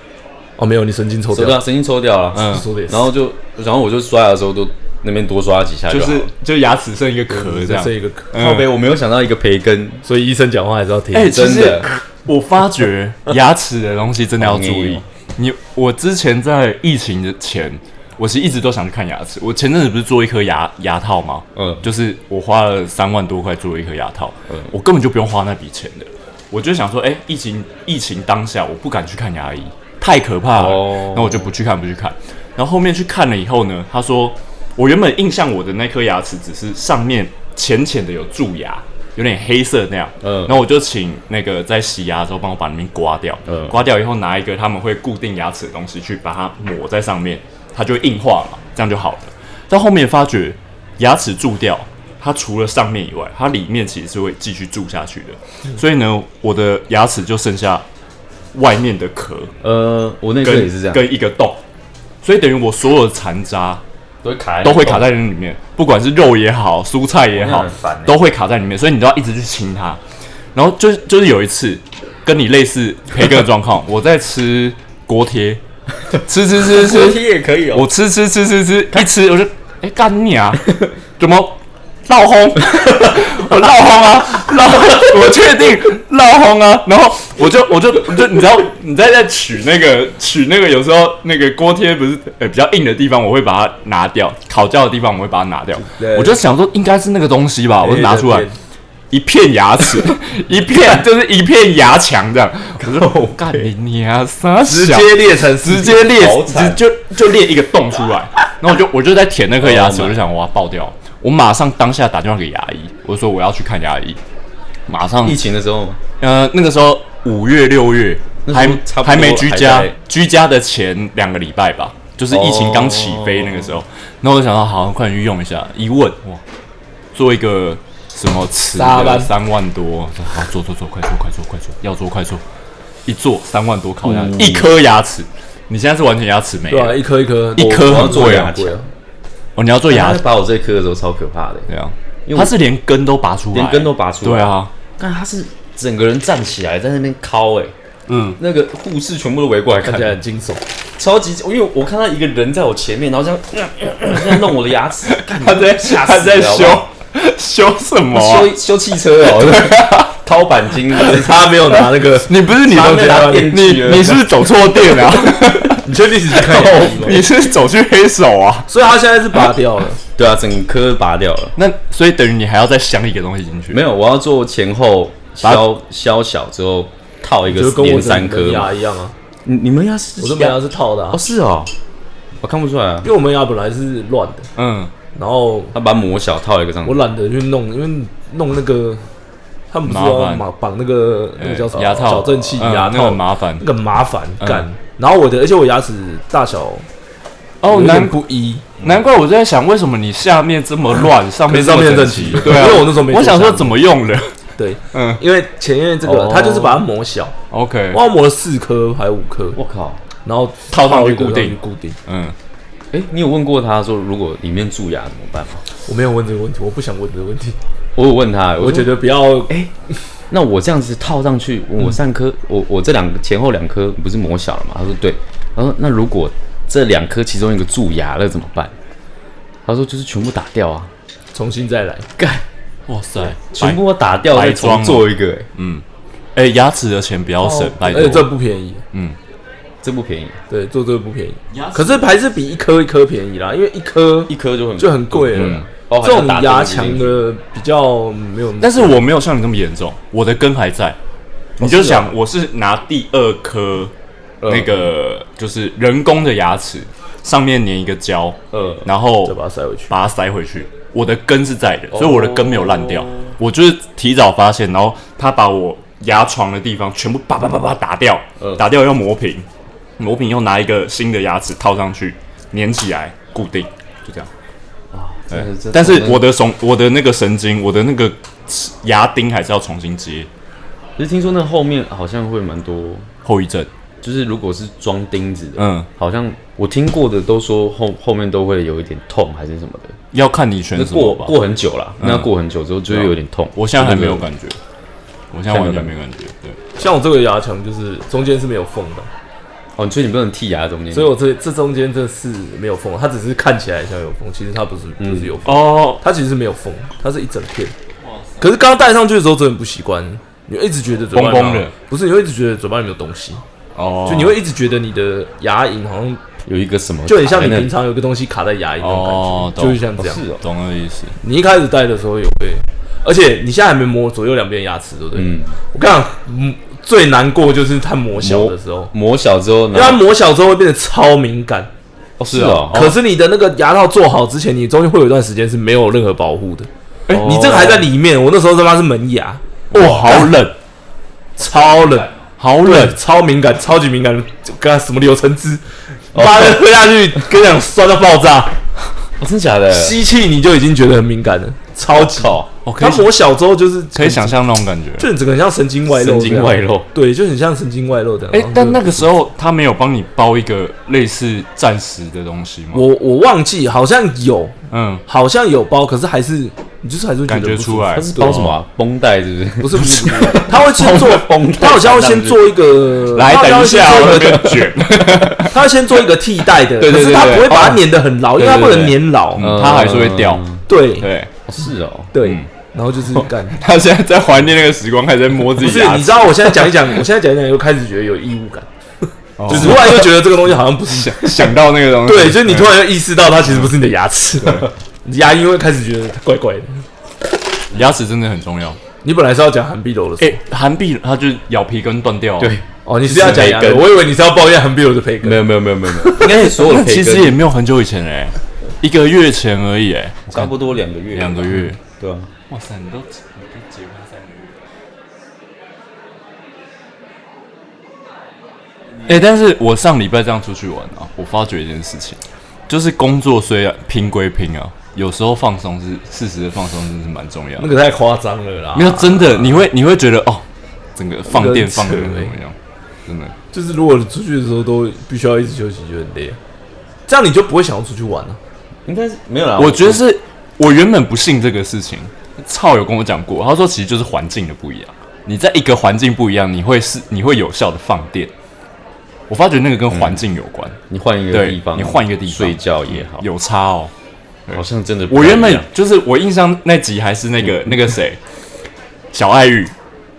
D: 哦，没有，你神经抽
A: 抽掉
D: 掉。
A: 神经抽掉了，
E: 嗯，
D: 说的也是，
A: 然后就然后我就刷牙的时候都那边多刷几下
E: 就
A: 好了
E: 是就牙齿剩一个壳这
D: 这
E: 样
D: 这。一个壳，
E: 嗯
A: 靠背，我没有想到一个培根，
D: 所以医生讲话还是要听。
E: 哎、其
A: 真
E: 实
A: 的
E: 我发觉牙齿的东西真的要 注意。你我之前在疫情的前，我其实一直都想去看牙齿。我前阵子不是做一颗牙牙套吗？
A: 嗯
E: 就是我花了三万多块做一颗牙套，
A: 嗯
E: 我根本就不用花那笔钱的。我就想说，哎、疫情疫情当下，我不敢去看牙医，太可怕了。
A: 哦
E: 那我就不去看，不去看。然后后面去看了以后呢，他说，我原本印象我的那颗牙齿只是上面浅浅的有蛀牙，有点黑色那样。
A: 嗯
E: 嗯，然后我就请那个在洗牙的时候帮我把里面刮掉。
A: 嗯
E: 刮掉以后拿一个他们会固定牙齿的东西去把它抹在上面，它就会硬化嘛，这样就好了。到后面发觉牙齿蛀掉，它除了上面以外，它里面其实是会继续蛀下去的。所以呢，我的牙齿就剩下外面的壳
A: 呃，我那时候也
E: 跟
A: 是这样，
E: 跟一个洞，所以等于我所有的残渣
A: 都会卡
E: 都会卡在那里面，不管是肉也好，蔬菜也
A: 哦那
E: 好
A: 很烦欸，
E: 都会卡在里面，所以你都要一直去清它。然后就是就是有一次跟你类似培根的状况，我在吃锅贴，吃吃吃吃
A: 贴也可以
D: 哦
E: 我吃吃吃吃吃，一吃我就哎干、你 啊，怎么闹轰？我闹轰啊，闹， 我确定闹轰啊。然后我就我就我就你知道你在在取那个取那个有时候那个锅贴不是呃比较硬的地方，我会把它拿掉；烤焦的地方我会把它拿掉
D: 对。
E: 我就想说应该是那个东西吧，我就拿出来。一片牙齿， 一片就是一片牙墙这样。我说我干你娘啥
D: 直
E: 小
D: 接裂成
E: 直接裂
A: 好，
E: 直
A: 惨
E: 就就裂一个洞出来。然后我就我就在舔那颗牙齿，
A: Oh my
E: 我就想我要爆掉。我马上当下打电话给牙医，我说我要去看牙医。马上
A: 疫情的时候嘛，
E: 呃那个时候五月六月
A: 那时
E: 还
A: 候差不多
E: 还没居
A: 还
E: 家
A: 在，哦
E: 居家的前两个礼拜吧，就是疫情刚起飞那个时候。然后我就想到，好，快点去用一下。一问，哇，做一个什么词
D: 沙班
E: 的三万多，我说好做做做，快做快做快做，要做快做。一做三万多烤下来，
A: 嗯
E: 一颗牙齿，你现在是完全牙齿没
D: 对啊，
E: 了。
D: 一颗一颗，
E: 一颗
D: 我我要
E: 很
D: 做
E: 贵
D: 牙
E: 啊
D: 签，
E: 哦，你要做
A: 对呀
E: 牙，，
A: 拔我这颗的时候超可怕的，
E: 对啊
A: 因为，我
E: 它是连根都拔出来，
A: 连根都拔出来
E: 对啊，
A: 但他是整个人站起来在那边敲，哎，
E: 嗯，
A: 那个护士全部都围过来看
D: 看起，来很惊悚。
A: 超级，因为我看到一个人在我前面，然后这样呃呃呃这样弄我的牙齿，干
E: 他在
A: 吓啊死
E: 他在
A: 了好不好
E: 修 修什么啊？
A: 修修汽车哦， 掏钣金，
D: 他没有拿那个，
E: 你不是你
A: 他
E: 都
A: 们
E: 这
A: 拿
E: 样，你
A: 电锯了
E: 你是不是走错店了、
D: 你确定你只看牙医吗？
E: 你是不是走去黑手啊？
D: 所以他现在是拔掉了，
A: 对啊，整颗拔掉了。
E: 那所以等于你还要再镶一个东西进去，
A: 没有，我要做前后削削小之后套一个
D: 就跟我
A: 连
D: 整
A: 三颗
D: 门
A: 嘛
D: 牙。一样啊。
A: 你你们牙是
D: 我这门牙是套的啊
A: 哦，是哦，我看不出来啊
D: 因，为我门牙本来是乱的，
E: 嗯，
D: 然后
A: 他把它磨小套一个上
D: 我
A: 去。
D: 懒得去弄，因为弄那个他们不是要
E: 麻烦
D: 绑绑那个那个叫什么
E: 呃牙套
D: 矫正器、
E: 嗯
D: 牙
E: 那个
D: 套，
E: 很麻烦
D: 那个麻烦
E: 嗯
D: 干。然后我的，而且我牙齿大小
E: 哦，
D: 有点
E: 难
D: 不一，
E: 难怪我在想，为什么你下面这么乱，上面这么整齐
D: 可是上面整齐
E: 对啊，
D: 因为我那时候没做
E: 我想说
D: 上
E: 怎么用的
D: 对，
E: 嗯
D: 因为前面这个
A: 哦
D: 他就是把它磨小，
E: ，OK，
D: 我磨了四颗还是五颗，
A: 我靠！
D: 然后
E: 套上去
D: 一个然
E: 固
D: 后
E: 定
D: 去固定。
E: 嗯，
A: 哎，你有问过他说，如果里面蛀牙怎么办吗？
D: 我没有问这个问题，我不想问这个问题，哎
A: 我有问他，我
D: 我
A: 觉
D: 觉得
A: 得
D: 不要
A: 那我这样子套上去，我上颗，我我这两个前后两颗不是磨小了吗？他说对。他说那如果这两颗其中一个蛀牙了怎么办？他说就是全部打掉啊，
D: 重新再来。
A: 干，
E: 哇塞，
A: 全部打掉
E: 白
A: 再
E: 装
A: 重
E: 啊
A: 做一个、欸，
E: 哎，牙齿的钱不要省，拜
D: 哦而且这
E: 托，
D: 不便宜，
A: 这不便宜，
D: 对，做这个不便宜
E: 牙，齿
D: 可是还是比一颗一颗便宜啦，因为一颗
A: 一颗就很
D: 就很贵
A: 嗯
D: 了。
A: 包含
D: 这种
A: 打针
D: 牙
A: 进去
D: 强的比较没有那么，
E: 但是我没有像你那么严重，我的根还在，你就想我是拿第二颗那个就是人工的牙齿上面粘一个胶，
A: 呃，
E: 然后
D: 再把它塞回去。
E: 把它塞回去。我的根是在的，所以我的根没有烂掉。我就是提早发现，然后他把我牙床的地方全部叭叭叭叭打掉，打掉要磨平，磨平又拿一个新的牙齿套上去，粘起来固定，就这样。对
A: 真的这
E: 但是
A: 种
E: 我的神，我的那个神经，我的那个牙钉还是要重新接
A: 就是听说那后面好像会蛮多，
E: 后遗症。
A: 就是如果是装钉子的，
E: 嗯，
A: 好像我听过的都说后后面都会有一点痛还是什么的，
E: 要看你选
A: 那
E: 什么
A: 过
E: 吧。
A: 过很久啦，那过很久之后就会有点痛。
E: 嗯啊我现在还没有
A: 就是
E: 感觉，我现在完全没感觉。对，
D: 像我这个牙强，就是中间是没有缝的，
A: 哦，你所以你不能剔牙中间，
D: 所以我这这中间这是没有缝，它只是看起来像有缝，其实它不是，不是有缝，
E: 哦，
D: 它其实是没有缝，它是一整片。可是刚刚戴上去的时候真的不习惯，你会一直觉得嘴巴里
E: 崩崩
D: 面
E: 的
D: 不是，你会一直觉得嘴巴里面有东西，
E: 哦，
D: 就你会一直觉得你的牙龈好像
A: 有一个什么，
D: 就很像你平常有个东西卡在牙龈那种
E: 哦
D: 感觉，
E: 懂
D: 就是像这样。
A: 是哦，
E: 懂那个意思。
D: 你一开始戴的时候有被，而且你现在还没磨左右两边牙齿，对不对？
A: 嗯，
D: 我跟你讲，嗯最难过就是它磨小的时候，
A: 磨小之后
D: 因
A: 呢
D: 为，它磨小之后会变得超敏感。
A: 哦是哦，
D: 可是你的那个牙套做好之前，你中间会有一段时间是没有任何保护的。哎、
A: 哦
D: 你这个还在里面，我那时候他妈是门牙，
E: 哇，好冷，
D: 超冷，
E: 好
D: 冷，
E: 冷，
D: 超敏感，超级敏感，就跟它什么柳橙汁，妈的喝下去，跟你讲酸到爆炸，
A: 哦真假的，
D: 吸气你就已经觉得很敏感了，超级。
E: 我可
D: 它
E: 以
D: 磨小之后就是
E: 可以想象那种感觉。
D: 就你整个很像神经外露，
A: 神经外露，
D: 对，就很像神经外露的。
E: 哎、
D: 然后就
E: 但那个时候他没有帮你包一个类似暂时的东西吗？
D: 我我忘记，好像有，
E: 嗯，
D: 好像有包，可是还是你就是还是会觉得
E: 感觉
D: 不舒服
E: 出来
A: 它是包什么啊绷带是不
D: 哦
A: 是？
D: 不是不 是，他会先做
A: 绷带
D: 他好像会先做一个，
E: 来
D: 他好像
E: 等一
D: 会 先
E: 下，我
D: 做
E: 那
D: 一个，
E: 边卷，
D: 他会先做一个替代的，
A: 对
D: 可
A: 对
D: 是
A: 对
D: 他
A: 对
D: 不会把它
A: 哦
D: 粘得很牢，因为它
E: 对
D: 不
E: 对
D: 能粘牢，
E: 嗯它还是会掉。
D: 对
E: 对，
A: 哦
E: 嗯
A: 是哦，
D: 对，然后就是干。
E: 他现在在怀念那个时光，还在摸 自
D: 不
E: 己
D: 是，
E: 牙
D: 你
E: 齿。
D: 知道我现在讲一讲，我现在讲一讲又开始觉得有异物感，就
E: 就是是
D: 突然又觉得这个东西好像不是
E: 想想到那个东西，
D: 对，就是你突然就意识到它其实不是你的牙齿，你牙龈会开始觉得它怪怪的。
E: 嗯牙齿真的很重要。
D: 你本来是要讲韩碧楼的事，
E: 哎、韩碧它就是咬皮根断掉、
A: 对，，
D: 哦，你是要讲牙
A: 就是
D: 根，
A: 培根
D: 我以为你是要抱怨韩碧楼的培根
A: 没。有没有没有没有没有，应该是所有
E: 那
A: 的培
E: 其
A: 根
E: 实也没有很久以前哎、一个月前而已哎、
A: 差不多两个月，
E: 两个月。
A: 对啊，
E: 哇塞，你都你都结婚三个月了，哎、但是我上礼拜这样出去玩啊，我发觉一件事情，就是工作虽然拼归拼啊，有时候放松是适时的放松，真是蛮重要的
D: 那。个太夸张了啦。
E: 没有真的，你会你会觉得哦，整个放电放的
D: 那
E: 怎
D: 个很扯
E: 么样？真的，
D: 就是如果出去的时候都必须要一直休息，就很累。这样你就不会想要出去玩了、啊
A: 应该是没有啦。
E: 我觉得是我原本不信这个事情，超有跟我讲过，他说其实就是环境的不一样。你在一个环境不一样，你会是你会有效的放电。我发觉那个跟环境有关，
A: 你换嗯一个
E: 对
A: 地方，
E: 你换一个地方
A: 睡觉也好，
E: 有差哦。
A: 好像真的不
E: 我
A: 太
E: 原
A: 一
E: 本
A: 样
E: 就是我印象那集还是 那个那个谁，小爱玉，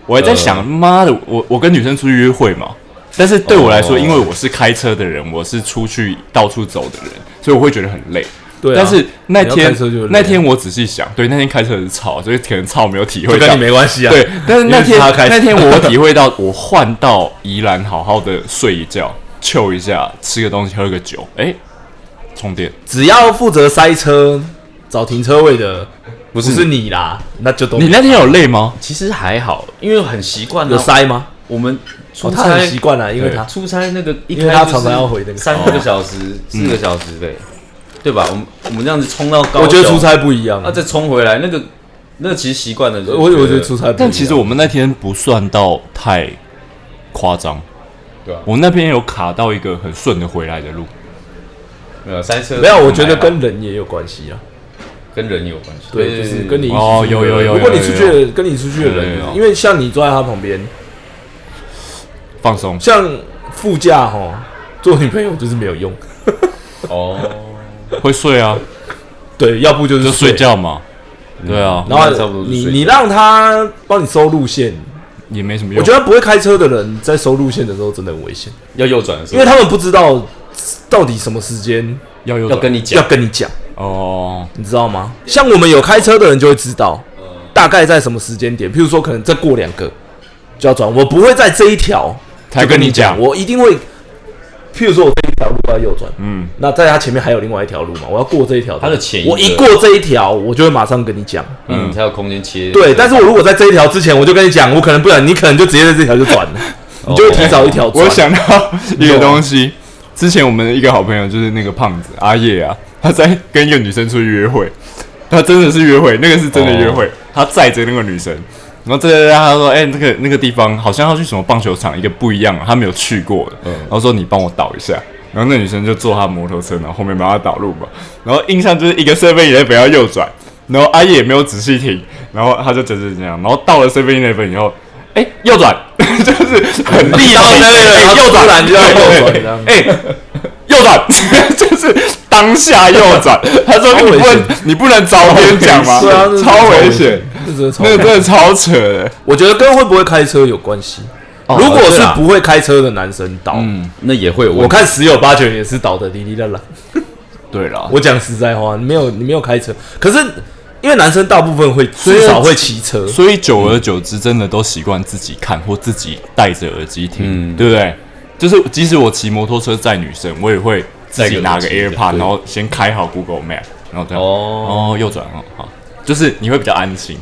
E: 我还
D: 呃
E: 在想，妈、的，我我跟女生出去约会嘛，但是对我来说，
A: 哦
E: 因为我是开车的人，我是出去到处走的人，所以我会觉得很累。
D: 对啊
E: 但是那
D: 你要
E: 天
D: 开车就累啊
E: 那天我仔细想，对，那天开车是吵，所以可能超没有体
D: 就
E: 会
D: 跟
E: 到
D: 你。没关系啊。
E: 对，但是那
D: 因为
E: 天
D: 他开车
E: 那天我体会到，我换到宜兰好好的睡一觉，chill 一下，吃个东西，喝个酒，哎、充电。
D: 只要负责塞车、找停车位的不是你啦，那就都
E: 你那天有累吗？
A: 其实还好，因为很习惯
D: 有
A: 了。
D: 塞吗？
A: 我们
D: 哦
A: 出
D: 他
A: 差
D: 很习惯了，因为
E: 对
D: 他
A: 出差那个一
D: 因为
A: 开
D: 他
A: 就是
D: 常常要回那个哦嗯
A: 三个小时、四个小时呗，对吧？我们我们这样子冲到高雄，
D: 我觉得出差不一样
A: 啊，再冲回来，那个那个其实习惯了。
D: 我我觉得出差不一样，
E: 但其实我们那天不算到太夸张，
A: 对啊
E: 我们那边有卡到一个很顺的回来的路，
A: 没有塞车，
D: 没有，我觉得跟人也有关系啊。
A: 跟人有关系，
D: 对，就是跟你一起
E: 哦
D: 出去的
E: 有有
D: 人
E: 有
D: 如果你
E: 有有
D: 出去的跟你出去的人
E: 有有，有
D: 因为像你坐在他旁边，
E: 放松。
D: 像副驾哈，做女朋友就是没有 用。
A: 哦，
E: 会睡啊，
D: 对，要不就是
E: 就睡，觉嘛。对啊，
D: 啊然
A: 差不
D: 后
A: 多是
D: 你
A: 睡觉
D: 你让他帮你收路线，
E: 也没什么用。
D: 我觉得不会开车的人在收路线的时候真的很危险，
A: 要右转的时
D: 因
A: 候
D: 为他们不知道到底什么时间
E: 要有
A: 要跟你讲
D: 要，跟你讲，
E: 哦，
D: 你知道吗？像我们有开车的人就会知道，
E: 嗯
D: 大概在什么时间点，譬如说可能再过两个就要转，我不会在这一条
E: 才
D: 就
E: 跟
D: 你
E: 你讲。
D: 我一定会，譬如说我这一条路要右转，
E: 嗯，
D: 那在它前面还有另外一条路嘛，我要过这一条，
A: 它的前一个
D: 我一过这一条，我就会马上跟你讲。
A: 嗯，才有空间切。
D: 对，但是我如果在这一条之前，我就跟你讲，我可能不然，你可能就直接在这条就 转了，你就会提早一条转。
E: 哦我想到一个东西，之前我们的一个好朋友就是那个胖子阿叶啊，他在跟一个女生出去约会，他真的是约会，那个是真的约
D: 哦
E: 会，他载着那个女生，然后载载载，他说，哎、那个那个地方好像要去什么棒球场，一个不一样，他没有去过
D: 嗯
E: 的，然后说你帮我导一下。然后那女生就坐她摩托车，然后后面帮她导路嘛。然后印象就是一个 seven eleven 要右转，然后阿叶也没有仔细听，然后他就整整这样。然后到了 seven eleven 以后，哎，右转， 就是很力道的那个，右转，
D: 突然就要右转
E: 对
D: 这样
E: 哎，右转， 就是当下右转。他说
D: 危
E: 你不能
D: 险
E: 你不能早点讲吗
D: 对啊，这？
E: 超危险，，
D: 这真的超危
E: 那
D: 险。
E: 个真的超扯的。
D: 我觉得跟会不会开车有关系。
E: 哦
D: 如果
A: 对
D: 是
A: 啦
D: 不会开车的男生倒，
E: 嗯
A: 嗯那也会有问题
D: 我看十有八九也是倒的滴滴答答。
E: 对了，
D: 我讲实在话，你没有你没有开车，可是因为男生大部分会
E: 以
D: 至少会骑车，
E: 所以久而久之，真的都习惯自己看或自己戴着耳机听，对不对？就是即使我骑摩托车载女生，我也会自己拿个
A: 戴个耳机
E: AirPod，
A: 对
E: 然后先开好 Google Map，然后这样
A: 哦
E: 哦右转哦好，就是你会比较安心，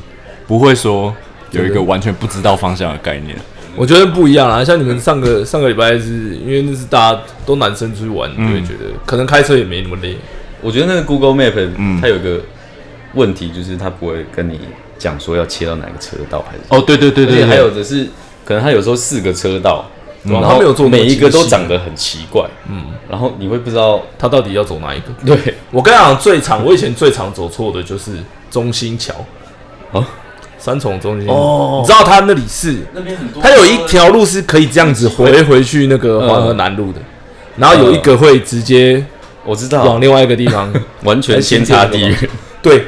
E: 不会说有一个完全不知道方向的概念。
D: 我觉得不一样啦。像你们上个上个礼拜是因为那是大家都男生出去玩，就
E: 嗯
D: 会觉得可能开车也没那么累。
A: 我觉得那个 Google Map
E: 嗯
A: 它有一个问题，就是它不会跟你讲说要切到哪个车道还是
E: 哦，对对对
A: 而且
E: 对，
A: 还有的是，可能它有时候四个车道，然
D: 它
A: 后
D: 没有做那么
A: 每一个
D: 精
A: 都
D: 细
A: 长得很奇怪，嗯，然后你会不知道，
D: 他到底要走哪一个？
A: 对，
D: 我跟你讲，最常我以前最常走错的就是中心桥
E: 啊
A: 哦，
D: 三重中心
A: 哦
D: 你知道他那里是它有一条路是可以这样子回回去那
E: 嗯
D: 个黄河南路的，然后有一个会直接
A: 我知道
D: 往，另外一个地方，
E: 嗯
A: 完全天差地
D: 很
A: 远
D: 新，对，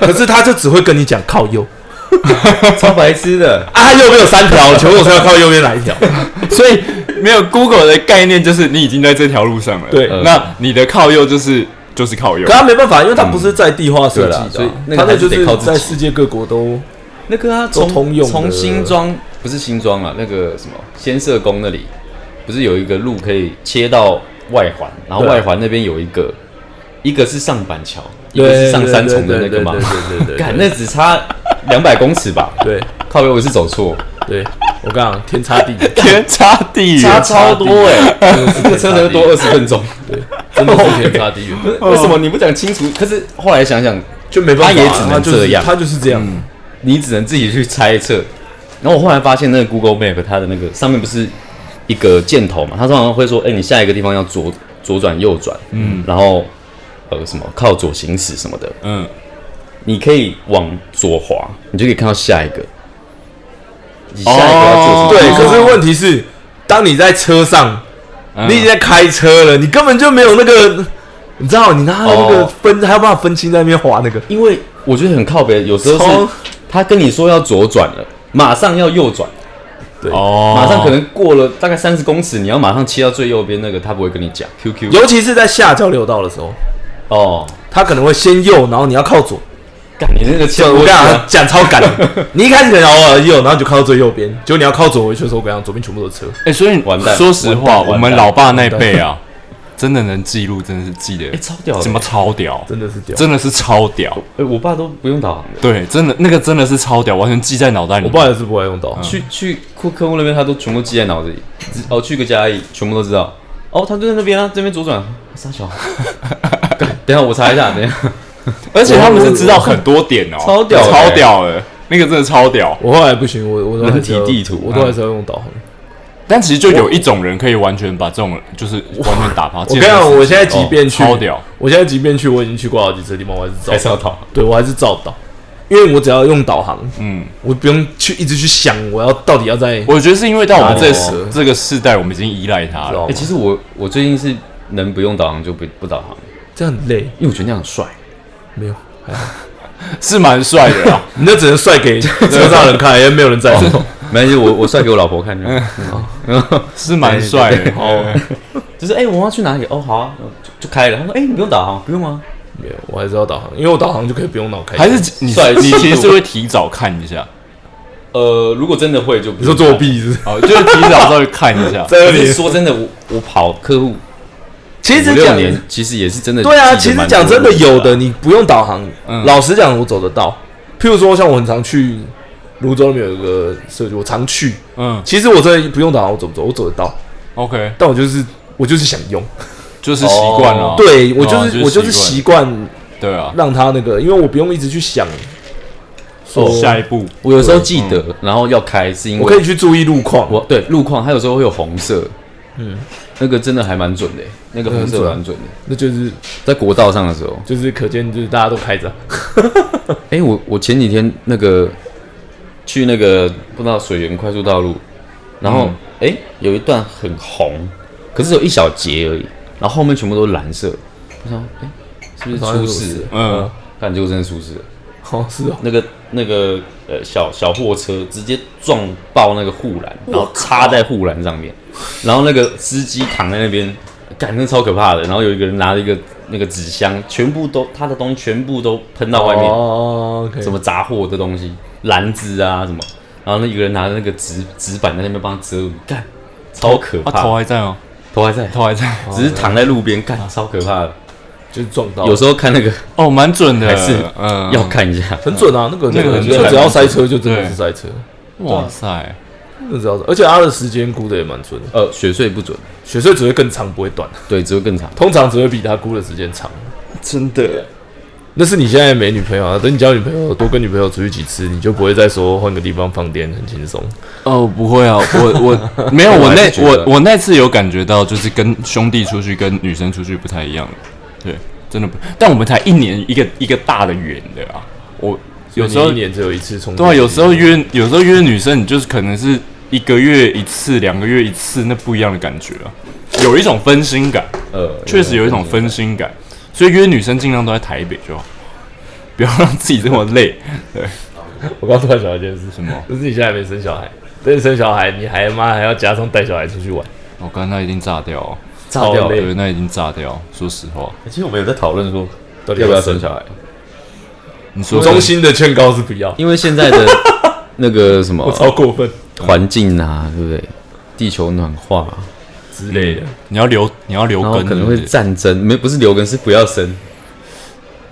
D: 可是他就只会跟你讲靠右。
A: 超白痴的，
D: 啊，他右边有三条，请问我是要靠右边哪一条？
E: 所以没有 Google 的概念，就是你已经在这条路上了。
D: 对
E: 呃那你的靠右就是就是靠右
D: 可。他没办法，因为他不是在地化设计的啊、
A: 嗯对啦所以那个
D: 他那就
A: 还是
D: 是
A: 得靠自己
D: 在世界各国都
A: 那个啊，
D: 都
A: 从
D: 通用的
A: 从新庄不是新庄啊，那个什么先社宫那里，不是有一个路可以切到外环，然后
D: 对啊
A: 外环那边有一个，一个是上板桥，一个是上三重的那个嘛
D: 对，对对对对对
A: 干那只差两百公尺吧，
D: 对
A: 靠边我是走错，
D: 对对我跟你讲，天差地远，
E: 天差地远，
D: 差超多哎、
A: 这个车程多二十分钟，
D: 真的是天差地远，
A: 为什么你不讲清楚？可是后来想想，
D: 就没办法啊、
A: 他也只能
D: 他就是
A: 这样
D: 他就是这样。
A: 你只能自己去猜测。然后我后来发现，那个 Google Map 它的那个上面不是一个箭头嘛？它通常会说：“哎、你下一个地方要左左转、右转，嗯，然后呃什么靠左行驶什么的。
E: 嗯，”
A: 你可以往左滑，你就可以看到下一个。你下一个要做什
D: 哦
A: 么？
D: 对，可是问题是，当你在车上，你已经在开车了，你根本就没有那个，你知道，你拿那个
A: 哦
D: 分，还有办法分清在那边划那个。
A: 因为我觉得很靠北，有时候
D: 超
A: 是他跟你说要左转了，马上要右转，
E: 哦，
A: 马上可能过了大概三十公尺，你要马上切到最右边那个，他不会跟你讲。QQ
D: 尤其是在下交流道的时候，
A: 哦，
D: 他可能会先右，然后你要靠左。
A: 干你那个切
D: 就我
A: 过
D: 跟
A: 去
D: 你
A: 啊
D: 讲，讲超赶的。你一开始可能偶尔右，然后你就靠到最右边，结果你要靠左回去的时候，我跟你讲，左边全部都是车。
E: 哎，所以
A: 完蛋
E: 说实话，
A: 完蛋
E: 我们老爸那一辈啊，真的能记录，真的是记得，
A: 哎超屌的
E: 怎么超屌？
D: 真的是屌！
E: 真的是超屌，
A: 哎、我爸都不用导航的，
E: 对，真的那个真的是超屌，完全记在脑袋里。
D: 我爸也是不会用到，
A: 去去库科目那边他都全部记在脑子里。只哦，去个嘉义，全部都知道。哦，他就在那边啊，这边左转， 傻小。干等一下我查一下，等一下。
E: 而且他们是知道很多点哦，
A: 超屌的欸
E: 超屌的，那个真的超屌。
D: 我后来不行，我我都还是要
A: 人体地图
D: 我都还是要用导航。
E: 但其实就有一种人可以完全把这种就是完全打趴。我
D: 我跟你讲，我现在即便去，
E: 超屌，
D: 我现在即便去，我已经去过好几次地方，我还是照
A: 还是要导航
D: 对我还是照导，因为我只要用导航，
E: 嗯，
D: 我不用去一直去想我要到底要在
E: 我觉得是因为到我们这
D: 哪里
E: 时
D: 有
E: 这个世代，我们已经依赖它
D: 知
E: 了
D: 道。
A: 哎、其实我我最近是能不用导航就不不导航，
D: 这样很累，
A: 因为我觉得那样很帅。
D: 没有，
E: 是蛮帅的啊啦。
D: 你那只能帅给车上人看，因为没有人在乎。
A: 没关系，我我帅给我老婆看就好。
E: 是蛮帅的哦。
A: 就是哎、欸我要去哪里？哦，好啊，就就开了。他说，哎、你不用导航，不用啊。
D: 没有，我还是要导航，因为我导航就可以不用脑开车。
E: 还是你
A: 帅
E: 你
A: 气
E: 其实是会提早看一下，
A: 呃，如果真的会就不
D: 你说作弊是不是？。
E: 哦，就是提早稍微看一下
D: 在
A: 可
D: 那
A: 是
D: 里，
A: 说 真的，我我跑客户
D: 其
A: 五
D: 实
A: 六
D: 讲
A: 年，其实也是真的记得
D: 对
A: 蛮
D: 啊，
A: 多。
D: 其实讲真的，有的你不用导航
E: 嗯，
D: 老实讲我走得到。譬如说，像我很常去泸州那边有一个社区，我常去。
E: 嗯
D: 其实我真的不用导航，我走不走，我走得到。
E: ，OK，
D: 但我就是我就是想用，
E: 就是习惯了。
D: 对我
E: 哦
D: 就是我就是习惯
E: 惯对啊，
D: 让他那个，因为我不用一直去想，说
E: 下一步
A: 我有时候记得，然后要开是因
D: 我可以
A: 为
D: 去注意路况。
A: 我对路况，它有时候会有红色，嗯，那个真的还蛮准的，那个红色蛮准的，
D: 那就是
A: 在国道上的时候，
D: 就是可见，就是大家都开着，
A: 哎、我我前几天那个去那个不知道水源快速道路，然后哎、诶有一段很红，可是有一小节而已，然后后面全部都是蓝色。我想，哎、是不是出事了？
E: 嗯，
A: 看结果真的出事了，
D: 哦，是哦，
A: 那个那个呃小小货车直接撞爆那个护栏，然后插在护栏上面，然后那个司机躺在那边，感觉超可怕的。然后有一个人拿了一个那个纸箱，全部都他的东西全部都喷到外面。
D: 哦，OK，
A: 什么杂货的东西，篮子啊什么，然后那一个人拿着那个纸纸板在那边帮他遮雨，干，超可
E: 他
A: 怕，
E: 头还在哦，
A: 头还在，
E: 头还在
A: 只是躺在路边，干，超可怕的。
D: 就是撞到，
A: 有时候看那个
E: 哦，蛮准的，
A: 还是
E: 嗯
A: 要看一下，
D: 很准啊，那个那
E: 那个
D: 个
E: 很
D: 很
E: 准
D: 准，只要塞车就真的
E: 对
D: 是塞车，
E: 哇塞，
D: 那只要，而且他的时间估的也蛮准的，
A: 呃，雪隧不准，
D: 雪隧只会更长不会短，
A: 对，只会更长。
D: 通常只会比他估的时间长。
E: 真的
D: 那是你现在没女朋友啊，等你交女朋友，多跟女朋友出去几次，你就不会再说换个地方放电很轻松。
E: 哦，不会啊，我 我没有，我
A: 我还
E: 那
A: 是觉
E: 我
A: 得
E: 我那次有感觉到，就是跟兄弟出去跟女生出去不太一样，对，真的不，但我们才一年一个一个大的圆的啊，我有时
D: 你
E: 候
D: 一年只有一次充电，
E: 对啊，有时候约有时候约女生，你就是可能是一个月一次、两个月一次，那不一样的感觉啊，有一种分心感，
A: 呃，
E: 确实有一种分心感，所以约女生尽量都在台北就好，不要让自己这么累。
D: 我刚突然想到一件事，什
E: 么
D: 就是你现在还没生小孩，等你生小孩，你还妈还要加上带小孩出去玩，
E: 我刚刚那一定炸掉、哦，
A: 炸掉
D: 超累
A: 了。
E: 对，那一定炸掉。说哎实话，
A: 其实我们有在讨论说
D: 到底
A: 要不要生小孩，
E: 你说
D: 衷心的劝告是不要，
A: 因为现在的那个什么
D: 我超过分
A: 环境啊，对不对？地球暖化啊，
D: 之类的。
E: 你要留你要留
A: 然后
E: 根，
A: 可能
E: 对
A: 会
E: 不对
A: 战争，没不是留根，是不要生，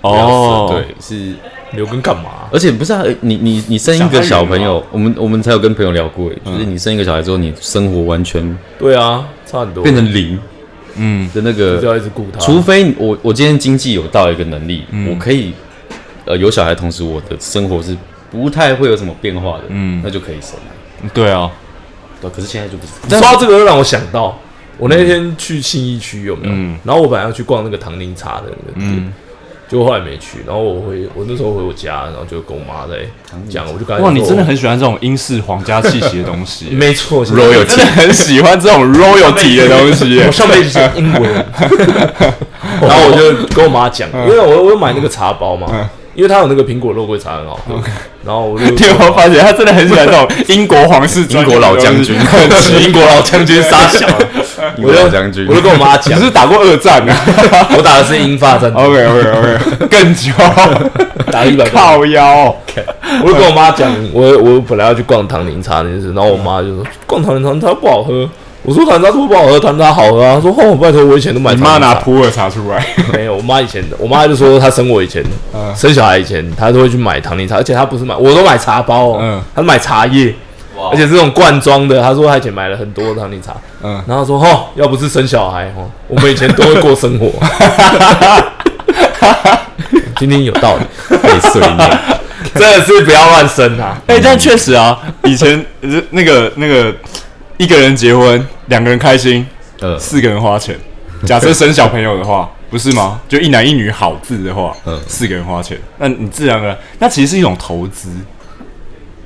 A: 不要生
E: 哦，
A: 对，是
D: 留根干嘛啊、啊。
A: 而且不是啊，你你你生一个小朋
E: 小孩
A: 友，我们我们才有跟朋友聊过，就是你生一个小孩之后，你生活完全
D: 对啊，差很多，
A: 变成零
E: 嗯，
A: 的那
D: 就是要
A: 个，
D: 一直顾他。
A: 除非我我今天经济有到一个能力，
E: 嗯
A: 我可以呃有小孩，同时我的生活是不太会有什么变化的，
E: 嗯
A: 那就可以生。
E: 对啊，
A: 对，可是现在就不是。
D: 说到这个，又让我想到，我那天去信义区有没有？
E: 嗯
D: 然后我本来要去逛那个唐宁茶的那个店，
E: 嗯
D: 结果后来没去。然后我回，我那时候回我家，然后就跟我妈在讲，我就跟她
E: 哇，
D: 说
E: 你真的很喜欢这种英式皇家气息的东西，
D: 没错
E: 我真的很喜欢这种 royalty 的东西
D: 我。上辈子是英 文，然后我就跟我妈
E: 嗯
D: 讲，因为我我有买那个茶包嘛，因为它有那个苹果肉桂茶很好
E: 嗯
D: 喝，然后 我就
E: 你有没有发现他真的很喜欢这种英国皇室专
A: 英
E: 用
A: 国老
E: 的东西、
A: 将军，
E: 英国老将军杀小，
D: 我
A: 英国
D: 就
A: 老将军，
D: 我就跟我妈
E: 只
D: 讲，
E: 是打过二战啊。
D: 我打的是英法战争，
E: OK OK OK，更 久，
D: 打一百
E: 靠腰，
D: 我就跟我妈讲，我我本来要去逛唐宁茶那件事，然后我妈就说逛唐宁茶它不好喝。我说唐宁茶不不好喝，唐宁茶好喝啊。她说哦，拜托，我以前都买
E: 你
D: 唐宁
E: 妈拿
D: 茶。
E: 普洱茶出来，
D: 没有，我妈以前，我妈就说她生我以前，
E: 嗯
D: 生小孩以前，她都会去买唐宁茶，而且她不是买，我都买茶包哦，
E: 嗯
D: 她是买茶叶，而且是那种罐装的。她说她以前买了很多唐宁茶，
E: 嗯，
D: 然后说哦，要不是生小孩哦，我们以前都会过生 活。 今天有道理，
A: 被碎念。
D: 真的是不要乱生啊！
E: 哎、 但确实啊，以前呃那个那个一个人结婚，两个人开心，
A: 呃，
E: 四个人花钱。假设生小朋友的话， 不是吗？就一男一女好字的话，
A: 嗯
E: 四个人花钱，那你自然而然，那其实是一种投资。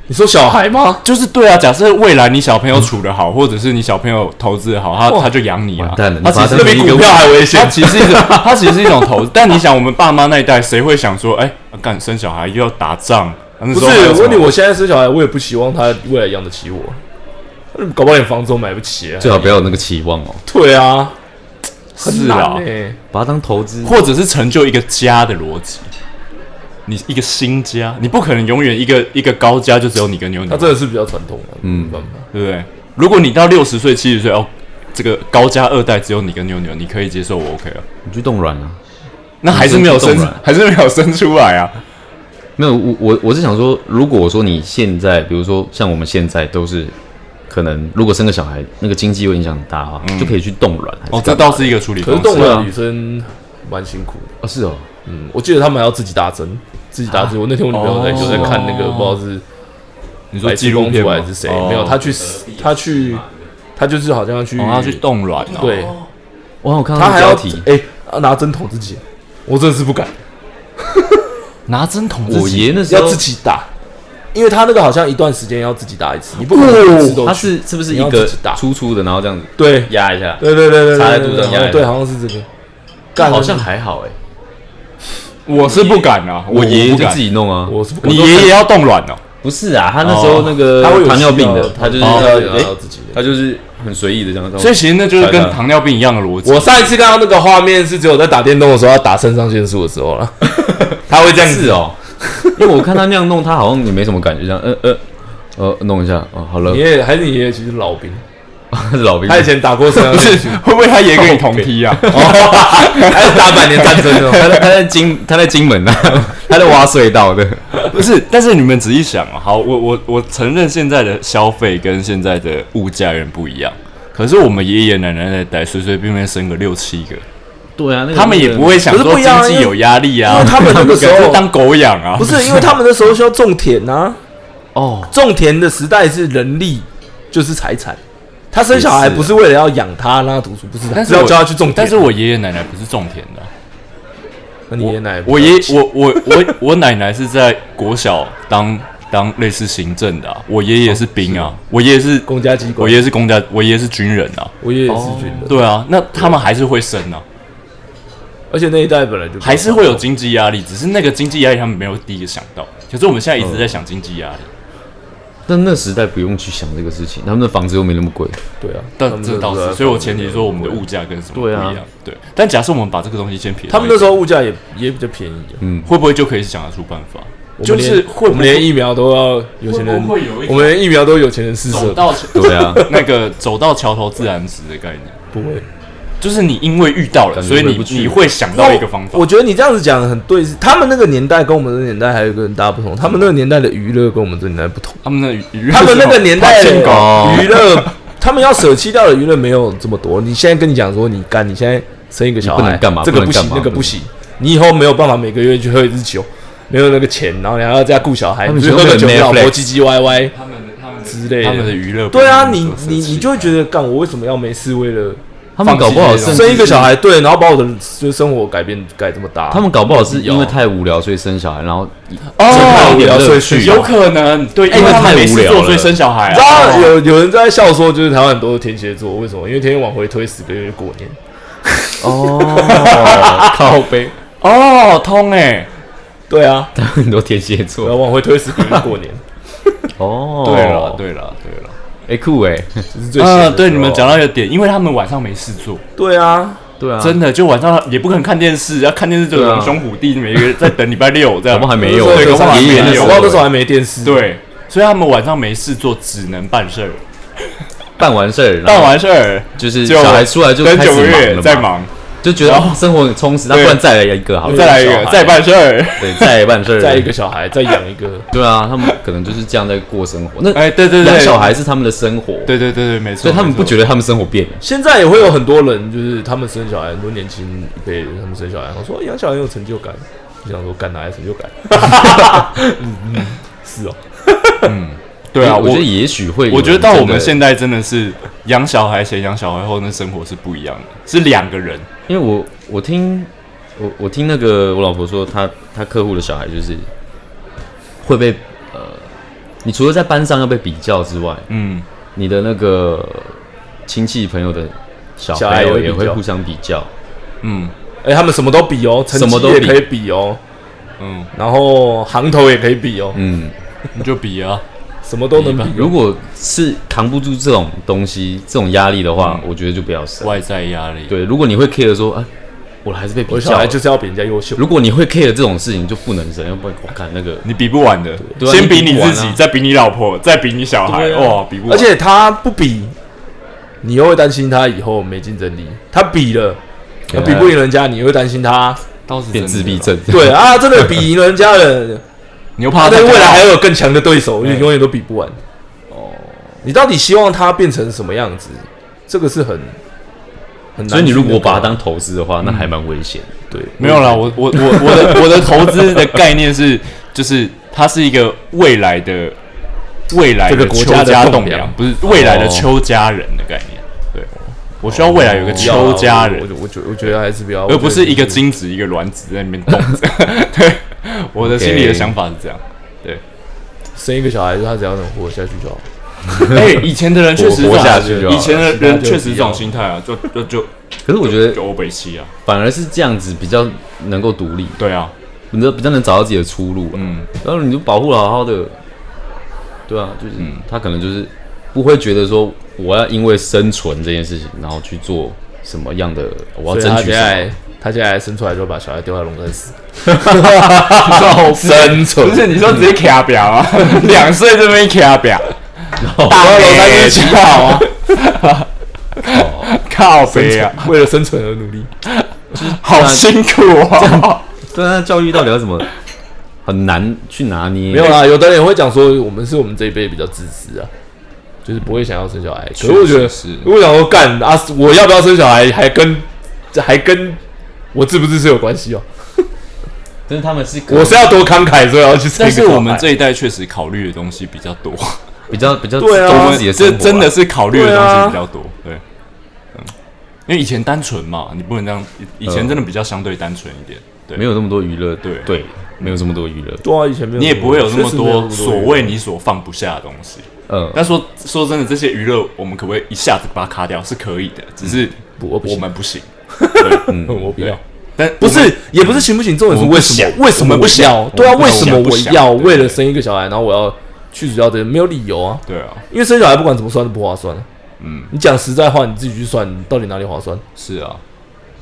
D: 你说小孩吗？
E: 就是对啊，假设未来你小朋友处得好，或者是你小朋友投资得好，他
D: 哇
E: 他就养你啊
A: 完。蛋了，
E: 他
A: 你
E: 其
A: 发
E: 实
A: 生了一个
D: 还危
E: 它其实是一种， 它其实是一种投资。但你想，我们爸妈那一代，谁会想说，哎、干生小孩又要打仗？啊那
D: 不
E: 时
D: 是
E: 候还有什么
D: 问题，我现在生小孩，我也不希望他未来养得起我，搞不好连房子都买不起啊！
A: 最好不要有那个期望哦，
D: 对啊，很
E: 是
D: 难，
E: 啊
D: 欸
A: 把它当投资。
E: 或者是成就一个家的逻辑。你一个新家，你不可能永远一个一个高家就只有你跟牛牛
D: 他，真的是比较传统的，嗯，没办法。
E: 对不对？如果你到六十岁、七十岁，哦，这个高家二代只有你跟牛牛，你可以接受我 OK 啊？
A: 你去冻卵啊？
E: 那还是没有
A: 你是
E: 生
A: 不动软，
E: 还是没有生出来啊？
A: 没有，我我我是想说，如果我说你现在，比如说像我们现在都是，可能如果生个小孩，那个经济有影响很大的话，就可以去冻卵。还是
E: 哦，
A: 干
E: 这
A: 嘛
E: 倒是一个处理
D: 可
E: 方
D: 是
E: 式。
D: 动
A: 对
D: 了
A: 啊
D: 女生蛮辛苦的，
A: 哦是哦，
D: 嗯，我记得他们还要自己打针，自己打针。我那天我女朋友在
E: 哦
D: 就在看那个，不知道是
E: 你说
D: 白
E: 纪
D: 雪
E: 录
D: 公
E: 片
D: 主
E: 吗
D: 还是谁，
E: 哦
D: 没有，她去她去她就是好像要去
E: 哦，他去冻卵哦，
D: 对，
A: 哇，哦我看到
D: 她
A: 那
D: 还
A: 个
D: 要
A: 标题，
D: 哎拿针捅自己，我真的是不敢。
E: 拿针筒自己。
A: 我爷那时
D: 要
A: 候
D: 自己打，因为他那个好像一段时间要自己打一次，你不可能每次都去
A: 他是是不是
D: 你
A: 一
D: 要
A: 个
D: 自己打
A: 粗粗的，然后这样子
D: 对
A: 压一下，
D: 对对对对，对
A: 插在肚子上
D: 对
A: 压一下
D: 对，好像是这个，干
A: 好像还好哎，
E: 我是不敢啊，
A: 我爷爷
E: 不
A: 就
E: 敢
A: 自。己弄啊，
D: 我是不哦
E: 你爷爷要冻卵哦，
A: 不是啊，他那时候那个
D: 他会有
A: 糖尿病的
D: 需，要
A: 他就是
D: 哦
A: 要
D: 对要
A: 哎
D: 自己的
A: 他就是很随意的这样，
E: 所以其实那就是
A: 对
E: 跟
A: 对
E: 糖尿病一样的逻辑。
D: 我上一次看到那个画面是只有在打电动的时候要打肾上腺素的时候了，他会这样
A: 是
D: 子，
A: 哦，因为我看他那样弄，他好像也没什么感觉，这样呃呃呃弄一下哦，好 了
D: 你，爷爷还是你爷爷其实老兵，
A: 他 是老兵，
D: 他以前打过肾上
E: 不
D: 腺
E: 是
D: 素，
E: 会不会他爷跟你同梯啊？
D: 还是打百年战争
A: 他
D: 哦，
A: 在他在金他在金门 啊，他在挖隧道的，
E: 不是，但是你们仔细想啊，好，我我我承认现在的消费跟现在的物价有点不一样，可是我们爷爷奶奶那代随随便便生个六七个，
A: 对啊，
E: 他们也不会想
D: 可是
E: 说
D: 不一样啊
E: 经济有压力
D: 因
E: 啊
D: 为，他 们那个时候
E: 就当狗养啊，
D: 不是因为他们那时候需要种田呐，
A: 哦，
D: 种田的时代是人力就是财产。他生小孩
A: 也是啊
D: 不是为了要养他，让他读书，不是，
E: 但是
D: 要
E: 我
D: 教他去种田。啊
E: 但是我爷爷奶奶不是种田的啊，
D: 那你爷爷奶奶不
E: 我
D: 知道
E: 爷我我我我奶奶是在国小当当类似行政的、啊，我爷爷是兵啊，我爷爷是
D: 哦公家机关，
E: 我爷爷是公家，我爷爷是军人啊，
D: 我爷爷也是军人，
E: 对啊，那他们还是会生啊，
D: 而且那一代本来就
E: 还是会有经济压力，只是那个经济压力他们没有第一个想到，可是我们现在一直
D: 嗯
E: 在想经济压力，
A: 但那时代不用去想这个事情，他们的房子又没那么贵，
D: 对啊，他
E: 但
D: 们
E: 这倒
D: 那时候
E: 是，所以我前提说我们的物价跟什么不一样，
A: 对啊
E: 对，但假设我们把这个东西先撇，
D: 他们那时候物价也也比较便宜啊，
E: 会不会就可以想得出办法？
D: 我们
E: 嗯就
D: 连
E: 是会
D: 我
E: 不
D: 们连
E: 会
D: 疫苗都要有钱人，
E: 会不会有一种
D: 我们连疫苗都有钱人施
E: 走
D: 舍，
E: 到
A: 对啊，
E: 那个走到桥头自然直的概念？
D: 不会，
E: 就是你因为遇到了，
A: 感觉
E: 所以
A: 回
E: 你
A: 不去
E: 你会想到一个方法
D: 我。觉得你这样子讲很对，是他们那个年代跟我们这个年代还有一个很大不同，他们那个年代的娱乐跟我们这个年代不同，
E: 他们那娱 乐
D: 他们那个年代
E: 是什
D: 的哦
E: 么
A: 狗
D: 娱乐，他们要舍弃掉的娱乐没有这么多。你现在跟你讲说，你干，你现在生一个小
A: 你不
D: 孩，
A: 能干嘛
D: 这个
A: 不
D: 不
A: 能干
D: 行
A: 嘛，
D: 那个
A: 不
D: 不
A: 能
D: 行，你以后没有办法每个月去喝一支酒，没有那个钱，然后你还要再顾小孩，
A: 他
D: 你
A: 们
D: 去
A: 全
D: 喝
A: 部
D: 个
A: 都
D: 酒，
A: 很
D: 老
A: Netflix
D: 婆唧唧歪歪
E: 他们的他们的
D: 之类
E: 他们
D: 的。
E: 的娱乐
D: 对啊，
E: 不是哦
D: 你
E: 说
D: 你
E: 设计
D: 你就会觉得干，我为什么要没事为了
A: 他们搞不好
E: 放弃这
A: 甚
E: 种
A: 至
D: 生一个
A: 是
D: 小孩？对，然后把我的就生活改变改这么大。
A: 他们搞不好是因为太无聊，所以生小孩，然后哦
D: 太无聊所以去
E: 有可能对，因
A: 哎
E: 为
A: 那
E: 他们
A: 太
E: 没
A: 无
E: 事
A: 聊
E: 做，
A: 了
E: 所以生小孩
D: 你知
E: 啊。
D: 道有有人在笑说，就是台湾很多天蝎座，为什么？因为天天往回推十个月就过年。
A: 哦，靠背，
E: 哦，通哎，
D: 对啊，
A: 他 很多天蝎
D: 然后
A: 座
D: 往回推十个月就过 年，
A: 哦，
E: 对了，，对了，对了。
A: 哎酷哎，
D: 这是最闲的时
E: 嗯，
D: 候啊
E: 对，你们讲到一个点，因为他们晚上没事做，
D: 对啊，
A: 对啊，
E: 真的就晚上也不可能看电视，要看电视就
A: 对啊
E: 龙兄虎弟，每个人在等礼拜六这样。
A: 搞不好还没有
E: 对，
D: 那时
E: 搞不
D: 候
E: 好还
A: 爷
E: 没
A: 爷那
D: 那
A: 时
D: 时
A: 候
E: 有
D: 候，那时候还没电视。，
E: 对，所以他们晚上没事做，只能办事儿，
A: 办完事儿，然后
E: 办完事儿
A: 就是
E: 就
A: 小孩出来就
E: 等
A: 开
E: 九个
A: 始
E: 月
A: 忙
E: 再
A: 了嘛，
E: 忙，
A: 就觉得
E: 然后
A: 哦生活很充实，那不
E: 对
A: 然再来一个好了，
E: 再来一
A: 小
E: 个，
A: 孩
E: 再办事儿。
A: 对，再办事儿，
D: 再一个小孩，再养一个，
A: 对啊，他们可能就是这样在过生活。那
E: 哎对对对
A: 养小孩是他们的生活，，
E: 对对对对，没错。
A: 所以他们
E: 没错
A: 不觉得他们生活变了。
D: 现在也会有很多人，就是他们生小孩，很多年轻一辈的他们生小孩，然后说哎养小孩很有成就感，就想说干哪来成就感？ 嗯嗯，是哦，
E: 对啊，
A: 我觉得也许会有人真的，
E: 我觉得到我们现在真的是养小孩前、养小孩后，那生活是不一样的，是两个人。
A: 因为我我听我我听那个我老婆说，她她客户的小孩就是会被呃，你除了在班上要被比较之外，
E: 嗯，
A: 你的那个亲戚朋友的小
D: 小
A: 孩
D: 孩也
A: 友
D: 会比
A: 也会
D: 较
A: 互相比较，
E: 嗯
D: 哎，他们什么都比哦，成
A: 什么
D: 绩
A: 都
D: 也
A: 比
D: 可以比哦，
E: 嗯，
D: 然后行头也可以比哦，
A: 嗯，
E: 你就比啊，
D: 什么都能比哦。
A: 如果是扛不住这种东西这种压力的话，
E: 嗯
A: 我觉得就不要生。
E: 外在压力。，
A: 对，如果你会 care 说，啊，我还是被比
D: 我
A: 较
D: 小
A: 了
D: 孩就是要比人家优秀。
A: 如果你会 care 这种事情，就不能生，要不然我看那个
E: 你比不完的，
A: 对啊
E: 先
A: 你比
E: 比你
A: 不完
E: 自
A: 啊
E: 己，再比你老婆，再比你小孩，
A: 对啊
E: 哇，比不
D: 而
E: 完。
D: 且他不比，你又会担心他以后没竞争力。他比了，他比不赢人家，你又会担心 他。
E: 倒是
A: 变呃自闭，症。啊
D: 对啊，真的比赢人家 了，
E: 你又
D: 他
E: 怕
D: 在
E: 再
D: 未来还
E: 看
D: 有更强的啊对手，你永远都比不完。哦，你到底希望他变成什么样子？这个是很很难去那个。
A: 所以你如果把它当投资的话，
D: 嗯
A: 那还蛮危险的。
D: 对
E: 没有啦，我我我我的我 的投资的概念是，就是它是一个未来的未来
D: 这个
E: 的
D: 国
E: 邱
D: 家的
E: 家
D: 栋
E: 栋
D: 梁
E: 梁，哦不是未来的邱家人的概念。对，我需要未来有个
D: 不要啊
E: 邱家人
D: 我，我我觉我觉得还是比较，
E: 而不是一个精子一个卵子在里面动 着。对，我的心里的想法是这样。对，
D: 生一个小孩，他只要能活下去就好。
E: 哎，以前的人确实这
A: 活活下
E: 种
A: 去就好了
E: 以前的人确实这种心态啊，就就就
A: 可是我觉
E: 就
A: 得
E: 欧北西啊，
A: 反而是这样子比较能够独立，
E: 对 啊，
A: 你知道比较能找到自己的出路、嗯，
E: 嗯，
A: 然后你就保护好好的，对啊，就是、
D: 嗯
A: 他可能就是不会觉得说我要因为生存这件事情，然后去做什么样的，我要
D: 所以
A: 争
D: 他
A: 取
D: 接
A: 什
D: 下
A: 么。
D: 来，他接下来生出来就把小孩丢在笼子里死。
A: 哦生存
E: 不是你说直接卡表 啊，两岁这边卡表，
A: 大
E: 大楼在 这边卡啊， 靠北啊，
D: 为了生存而努力。
E: 好辛苦啊，
A: 对啊，教育到底要怎么很难去拿捏？
D: 没有啊啦，有的人会讲说，我们是我们这一辈比较自私啊，就是不会想要生小孩。可是我觉得，
E: 是
D: 如果想说干啊，我要不要生小孩，还跟这还跟我自不自私有关系哦。
A: 但是他们是可
D: 我是要多慷慨，所以我要去生
E: 但
D: 一个
E: 是
D: 小孩。
E: 我们这一代确实考虑的东西比较多，
A: 比较比较
D: 对啊
A: 重
E: 我
A: 视自己的
E: 们
A: 生
E: 这
A: 活啊
E: 真的是考虑的东西比较多，对，嗯，因为以前单纯嘛，你不能这样，以以前真的比较相对单纯一点，对，
A: 没有那么多娱乐，
E: 对
A: 对，没有这么多娱乐，
D: 对啊，以前没有，
E: 你也不会有那么
D: 确实没有那
E: 多所谓你所放不下的东西。
A: 嗯，
E: 但说说真的，这些娱乐我们可不可以一下子把它卡掉？是可以的，只是
D: 我不行
E: 我们不行。对
D: 嗯我不要。
E: 但
D: 不是，也不是行不行，重点是为什
E: 我们不
D: 么？
E: 想
D: 为什么
E: 我们不想
D: 要？对啊，
E: 我们
D: 为
E: 不
D: 什
E: 想
D: 么
E: 不
D: 我
E: 想
D: 要
E: 对
D: 为了生一个小孩，然后我要去除掉这些？没有理由啊，
E: 对啊，
D: 因为生小孩不管怎么算都不划算啊。
E: 嗯，
D: 你讲实在话，你自己去算，你到底哪里划算，
E: 是啊，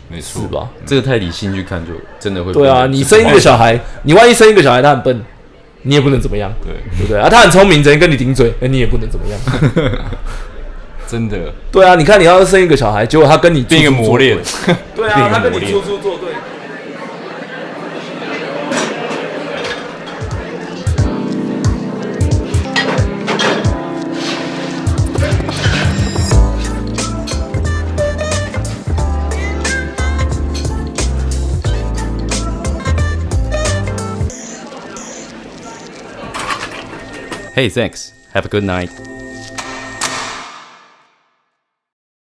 E: 没错，
D: 是吧？？
A: 这个太理性去看，就真的会
D: 对啊，
A: 变得
D: 你生一个小孩，你万一生一个小孩他很笨，你也不能怎么样，
E: 对，
D: 哎对不对啊？他很聪明，只能跟你顶嘴，那你也不能怎么样，
E: 真的
D: 对啊，你看你要生一个小孩，结果他跟你
E: 变一个磨练
D: 处处 作对对
E: 变一
D: 啊，
E: 个
D: 他跟
E: 磨
D: 你
E: 练
D: 处处作对。
A: Hey, thanks. Have a good night.